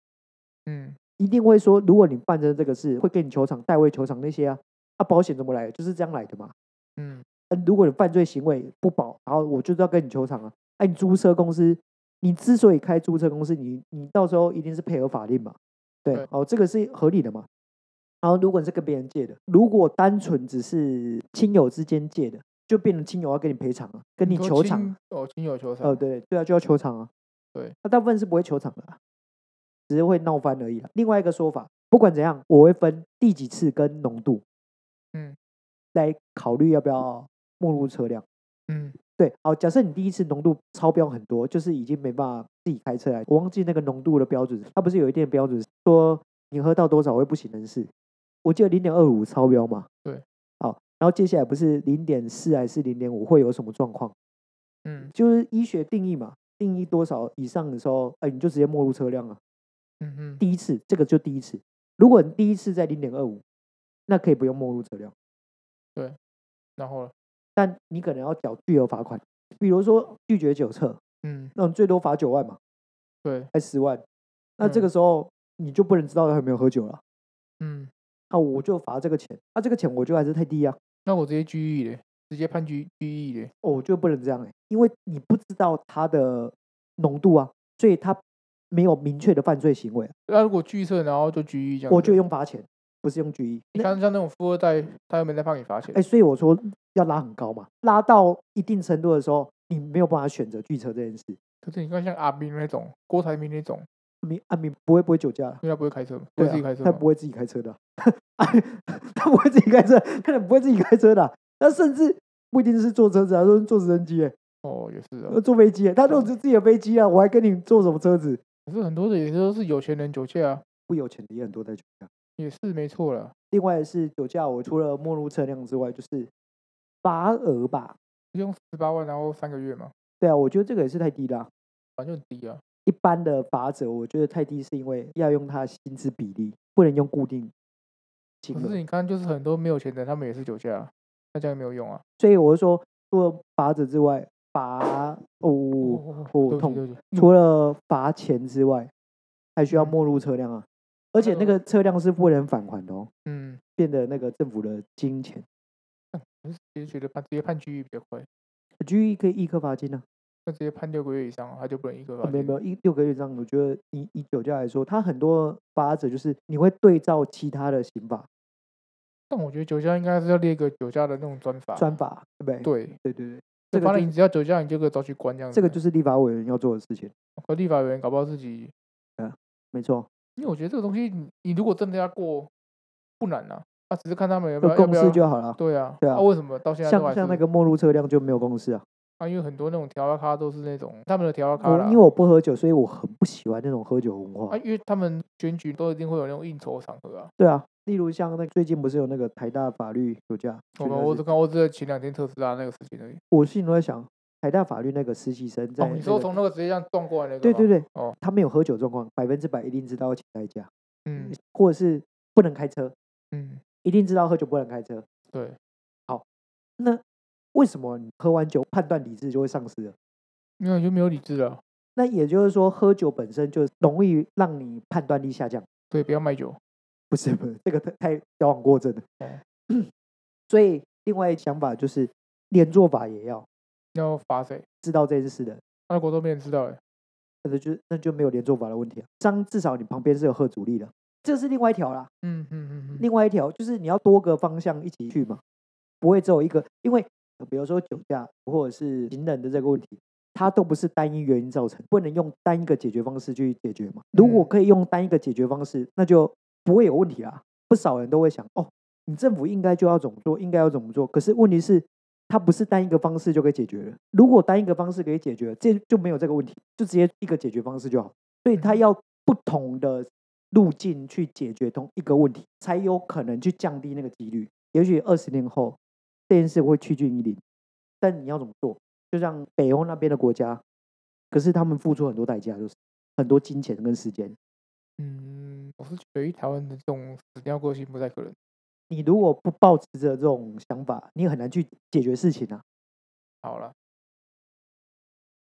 S1: 嗯，
S2: 一定会说，如果你办成这个事，会给你球场代位球场那些啊，啊，保险怎么来的？就是这样来的嘛。
S1: 嗯，
S2: 嗯、如果你犯罪行为不保，然后我就是要跟你球场啊。哎、你租车公司，你之所以开租车公司，你你到时候一定是配合法令嘛，对，
S1: 对
S2: 哦，这个是合理的嘛。然后如果你是跟别人借的，如果单纯只是亲友之间借的，就变成亲友要跟你赔偿啊，跟你
S1: 说
S2: 球场啊
S1: 亲哦，亲友球场。
S2: 哦，对对啊，就要球场啊。
S1: 对，
S2: 那、大部分是不会球场的、啊，只是会闹翻而已啦。另外一个说法，不管怎样，我会分第几次跟浓度，
S1: 嗯，
S2: 来考虑要不要没入车辆。
S1: 嗯，
S2: 对，好，假设你第一次浓度超标很多，就是已经没办法自己开车来，我忘记那个浓度的标准，它不是有一定的标准，说你喝到多少会不省人事？我记得零点二五超标嘛。
S1: 对，
S2: 好，然后接下来不是零点四还是零点五会有什么状况？
S1: 嗯
S2: 就是医学定义嘛，定义多少以上的时候，哎、你就直接没入车辆啊。
S1: 嗯嗯，
S2: 第一次，这个就第一次。如果你第一次在零点二五，那可以不用没入车辆，
S1: 然后呢
S2: 但你可能要缴巨额罚款，比如说拒绝酒测，
S1: 嗯，
S2: 那你最多罚九万嘛，
S1: 对，
S2: 还十万。那这个
S1: 嗯
S2: 时候你就不能知道他有没有喝酒了。
S1: 嗯，
S2: 那我就罚这个钱，那、这个钱我就还是太低啊，
S1: 那我直接拘役嘞，直接判拘拘役嘞。
S2: 哦我就不能这样哎、因为你不知道它的浓度啊，所以它没有明确的犯罪行为啊，
S1: 那如果拒测，然后就拘役这样子，
S2: 我就用罚钱，不是用拘役。
S1: 你
S2: 那
S1: 看像那种富二代，他又没在怕你罚钱
S2: 哎、。所以我说要拉很高嘛，拉到一定程度的时候，你没有办法选择拒车这件事。
S1: 可是你看像阿斌那种，郭台铭那种，
S2: 明阿明啊不会不会酒驾了，
S1: 因为他不会开车嘛，不会自
S2: 对啊
S1: 己开车
S2: 他
S1: 嘛。
S2: 不会自己开车的啊、他不会自己开车，他能不会自己开车的啊、他甚至不一定是坐车子啊，他说坐直升机、欸，
S1: 哦，也是啊。
S2: 呃坐飞机、欸，他坐自己的飞机啊，我还跟你坐什么车子？
S1: 可是很多的也都是有钱人酒驾啊，
S2: 不有钱的也很多在酒驾。
S1: 也是没错啦。
S2: 另外是酒驾，我除了没入车辆之外，就是罚额吧。
S1: 用十八万，然后三个月嘛，
S2: 对啊，我觉得这个也是太低了啊、
S1: 反正很低啊。
S2: 一般的法则，我觉得太低是因为要用它的薪资比例，不能用固定金
S1: 可是
S2: 额。
S1: 你看，就是很多没有钱的人，他们也是酒驾、啊，那这样也没有用啊。
S2: 所以我就说，除了罚则之外，罚哦，
S1: 哦
S2: 哦
S1: 对不
S2: 痛
S1: 起对不起，
S2: 除了罚钱之外，还需要
S1: 嗯
S2: 没入车辆啊，而且那
S1: 那个
S2: 个车辆是不能返还的哦，
S1: 嗯，
S2: 变得那个政府的金钱，
S1: 我是直接觉得判直接判拘役比较快，
S2: 拘役可以呃一颗罚金呢、
S1: 那直接判六个月以上，他就不能一个
S2: 啊
S1: 罚
S2: 没有
S1: 金
S2: 没。有一六个月这样，我觉得以以酒驾来说，它很多法则就是你会对照其他的刑法
S1: 但我觉得酒驾应该是要列一个酒驾的那种专法。
S2: 专法，对不啊对？
S1: 对，
S2: 对对对，这
S1: 这
S2: 个
S1: 反
S2: 就
S1: 正你
S2: 是
S1: 只要酒驾，你就可以抓去关这样子。
S2: 这个就是立法委员要做的事情，
S1: 和立法委员搞不好自己，
S2: 没错。
S1: 因为我觉得这个东西你，你如果真的要过，不难啊。啊，只是看他们有没
S2: 有
S1: 有要
S2: 共
S1: 不
S2: 识
S1: 要。
S2: 就好了。
S1: 对啊，
S2: 对啊
S1: 啊，为什么到现在都还
S2: 像
S1: 是
S2: 像那个末路车辆就没有共识啊。
S1: 啊？因为很多那种调拉咖都是那种他们的调拉咖
S2: 我
S1: 啦
S2: 哦因为我不喝酒，所以我很不喜欢那种喝酒文
S1: 啊，
S2: 化。
S1: 因为他们选举都一定会有那种应酬场合啊。
S2: 对啊，例如像那最近不是有那个台大法律酒驾，
S1: 我
S2: 酒驾
S1: 们哦我
S2: 事
S1: 只看我只有前两天特斯拉那个事情而已。
S2: 我心里都在想，台大法律那个实习生在、
S1: 哦
S2: 那，
S1: 你说
S2: 个
S1: 从那个直接这样撞过来那个？
S2: 对对
S1: 对，
S2: 对，
S1: 哦，
S2: 他没有喝酒状况，百分之百一定知道要请代驾，
S1: 嗯
S2: 或者是不能开车，
S1: 嗯，
S2: 一定知道喝酒不能开车。
S1: 对，
S2: 那为什么你喝完酒判断理智就会丧失了？
S1: 没有就没有理智了。
S2: 那也就是说，喝酒本身就容易让你判断力下降。
S1: 对，不要卖酒。
S2: 不是不是，这个太太矫枉过正了
S1: 哦。
S2: 所以另外一想法就是，连坐法也要
S1: 要罚谁？
S2: 知道这件事的，
S1: 那国都没人知道哎、
S2: 那就那就没有连坐法的问题啊。这样至少你旁边是有喝阻力的，这是另外一条啦。
S1: 嗯嗯嗯嗯，
S2: 另外一条就是你要多个方向一起去嘛，不会只有一个，因为呃比如说酒驾或者是行人的这个问题，它都不是单一原因造成，不能用单一个解决方式去解决嘛。如果
S1: 嗯
S2: 可以用单一个解决方式，那就不会有问题啦。不少人都会想，哦，你政府应该就要怎么做，应该要怎么做。可是问题是，它不是单一个方式就可以解决了。如果单一个方式可以解决，这就没有这个问题，就直接一个解决方式就好。所以它
S1: 嗯
S2: 要不同的路径去解决同一个问题，才有可能去降低那个几率。也许二十年后这件事会趋近于零，但你要怎么做？就像北欧那边的国家，可是他们付出很多代价，就是很多金钱跟时间。
S1: 嗯，我是觉得台湾的这种死掉个性不太可能。
S2: 你如果不抱持着这种想法，你很难去解决事情啊。
S1: 好了，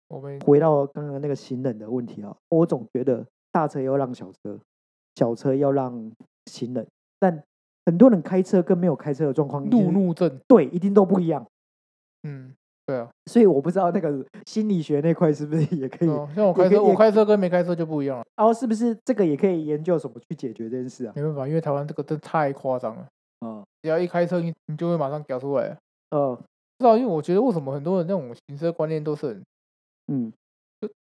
S1: 我们
S2: 回到刚刚那个行人的问题啊，我总觉得大车要让小车，小车要让行人，但很多人开车跟没有开车的状况一定
S1: 路
S2: 是
S1: 怒症，
S2: 对一定都不一样。
S1: 嗯，对啊，
S2: 所以我不知道那个心理学那块是不是也可以，
S1: 哦，像我
S2: 也
S1: 开
S2: 可以
S1: 车，我
S2: 也
S1: 开车跟没开车就不一样了。
S2: 然后哦是不是这个也可以研究什么去解决这件事啊？
S1: 没办法，因为台湾这个真太夸张了，
S2: 啊，
S1: 只要一开车，你你就会马上屌出来。
S2: 呃，
S1: 不知道，因为我觉得为什么很多人那种行车观念都是很
S2: 嗯，
S1: 算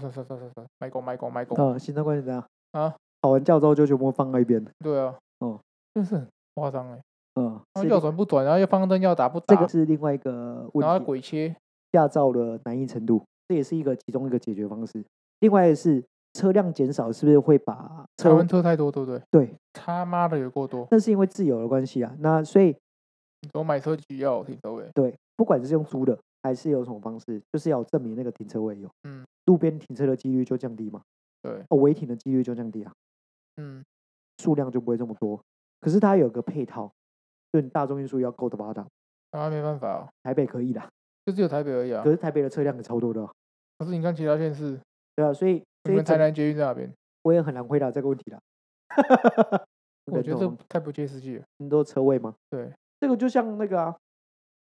S1: 算算算算算，卖公卖公卖公，
S2: 呃，行政关系怎样
S1: 哦啊？
S2: 考完驾照就全部放在一边，
S1: 对啊，
S2: 哦，
S1: 真是很夸张哎，
S2: 嗯，
S1: 然
S2: 是
S1: 后要
S2: 另
S1: 转不转，然后要方灯要打不
S2: 这
S1: 打，
S2: 个是另外一个
S1: 啊然后
S2: 问题，
S1: 鬼切，
S2: 驾照的难易程度，这也是一个其中一个解决方式。另外是车辆减少，是不是会把
S1: 台
S2: 车
S1: 湾车太多，对不对？
S2: 对？
S1: 他妈的有够多，
S2: 那是因为自由的关系啊。那所以
S1: 我买车需要停车位，
S2: 对，不管是用租的还是有什么方式，就是要证明那个停车位有，
S1: 嗯，
S2: 路边停车的几率就降低嘛，
S1: 对，
S2: 哦，违停的几率就降低啊，
S1: 嗯，
S2: 数量就不会这么多。可是它有个配套，就你大众运输要够的发达，
S1: 台湾没办法哦，
S2: 台北可以啦，
S1: 就只有台北而已啊
S2: 可。是台北的车辆也超多的啊、
S1: 可是你看其他县市，
S2: 对啊，所以
S1: 你
S2: 所以
S1: 们台
S2: 整
S1: 南捷运在哪边？
S2: 我也很难回答这个问题啦。
S1: 我觉得
S2: 人
S1: 这
S2: 头
S1: 太不切实际了。
S2: 很多车位吗？
S1: 对，
S2: 这个就像那个啊，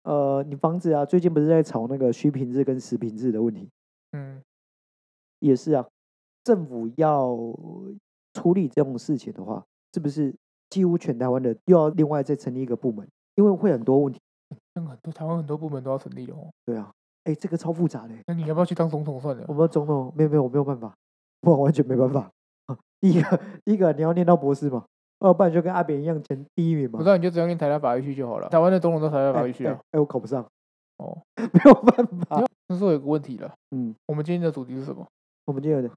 S2: 呃，你房子啊，最近不是在吵那个虚坪制跟实坪制的问题，
S1: 嗯，
S2: 也是啊，政府要处理这种事情的话，是不是几乎全台湾的又要另外再成立一个部门？因为会很多问题。
S1: 那个很多台湾很多部门都要成立了哦。
S2: 对啊，哎，这个超复杂的欸。
S1: 那你要不要去当总统算了
S2: 我？们总统没有没有，我没有办法，我完全没办法。啊、第一个，第一个你要念到博士嘛，要不然就跟阿扁一样前第一名嘛
S1: 不。知道你就只要跟台大法律去就好了。台湾的总统都台大法
S2: 哎
S1: 律去
S2: 哎
S1: 啊。
S2: 哎，我考不上，
S1: 哦，
S2: 没有办法。
S1: 那时候有个问题了。
S2: 嗯，
S1: 我们今天的主题是什么？
S2: 我们今天有点、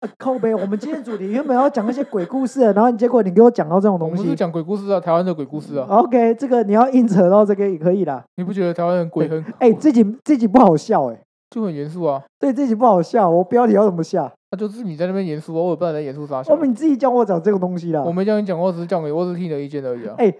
S2: 啊、靠背。我们今天主题原本要讲一些鬼故事的，然后你结果你给我讲到这种
S1: 我
S2: 东
S1: 们是
S2: 西。嗯
S1: 讲鬼故事啊，台湾的鬼故事啊。
S2: OK，这个你要硬扯到这个也可以啦。
S1: 你不觉得台湾人鬼很
S2: 哎、这集这集不好笑哎、
S1: 就很严肃啊？
S2: 对，这集不好笑，我标题要怎么下？
S1: 那就是你在那边严肃啊，我也不知道你在严肃啥小
S2: 我。们你自己叫我讲这个东西啦
S1: 我。没叫你讲，我只是讲给，我只是听你的意见而已啊
S2: 哎。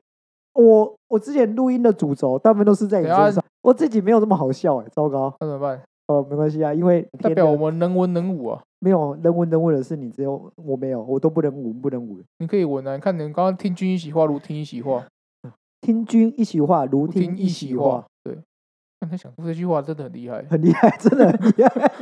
S2: 我我之前录音的主轴大部分都是在你
S1: 等下
S2: 身上，我自己没有这么好笑哎、糟糕。
S1: 那怎么办？
S2: 哦，没关系啊，因为
S1: 代
S2: 天
S1: 表
S2: 的
S1: 我们能文能武啊。
S2: 没有人文人文的是你，只有我没有，我都不能舞，不能舞。
S1: 你可以文啊，你看你刚刚听君一席话，如听一席话，
S2: 听君一席话，如
S1: 如
S2: 听
S1: 听
S2: 一
S1: 一
S2: 席
S1: 席
S2: 话
S1: 话。。对，看他想出这句话真的很厉害。
S2: 很厉害，真的很厉害，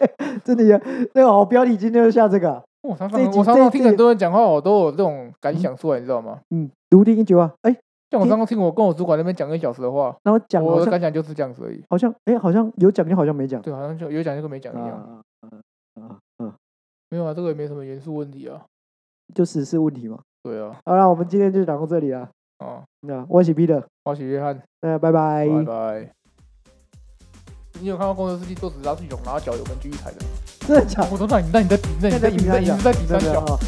S2: 真的厉害。那个好标题今天就下这个啊、
S1: 我常
S2: 这
S1: 常
S2: 一集
S1: 我常
S2: 这
S1: 常听
S2: 这
S1: 很多人讲话，我都有这种感
S2: 嗯
S1: 想出来，你知道吗？
S2: 嗯，独立一句话，哎，
S1: 像我
S2: 听
S1: 刚刚听我跟我主管那边讲一小时的话，
S2: 然后讲好
S1: 我的
S2: 像
S1: 感想就是这样子而已。
S2: 好像哎，好像有讲又好像没讲，
S1: 对，好像就有讲就跟没讲一样。
S2: 啊啊啊啊，
S1: 没有啊，这个也没什么严肃问题啊。
S2: 就时事问题嘛。
S1: 对啊，
S2: 好了，我们今天就讲到这里了。
S1: 哦，
S2: 那我是 Peter，
S1: 我是约翰，
S2: 那拜拜。
S1: 拜拜。你有看到工程师弟做纸扎系统，然后脚有根锯一踩的吗？
S2: 真的假的？
S1: 哦我说那你那你在那你在
S2: 在
S1: 你在你在比三
S2: 真的
S1: 角，
S2: 哦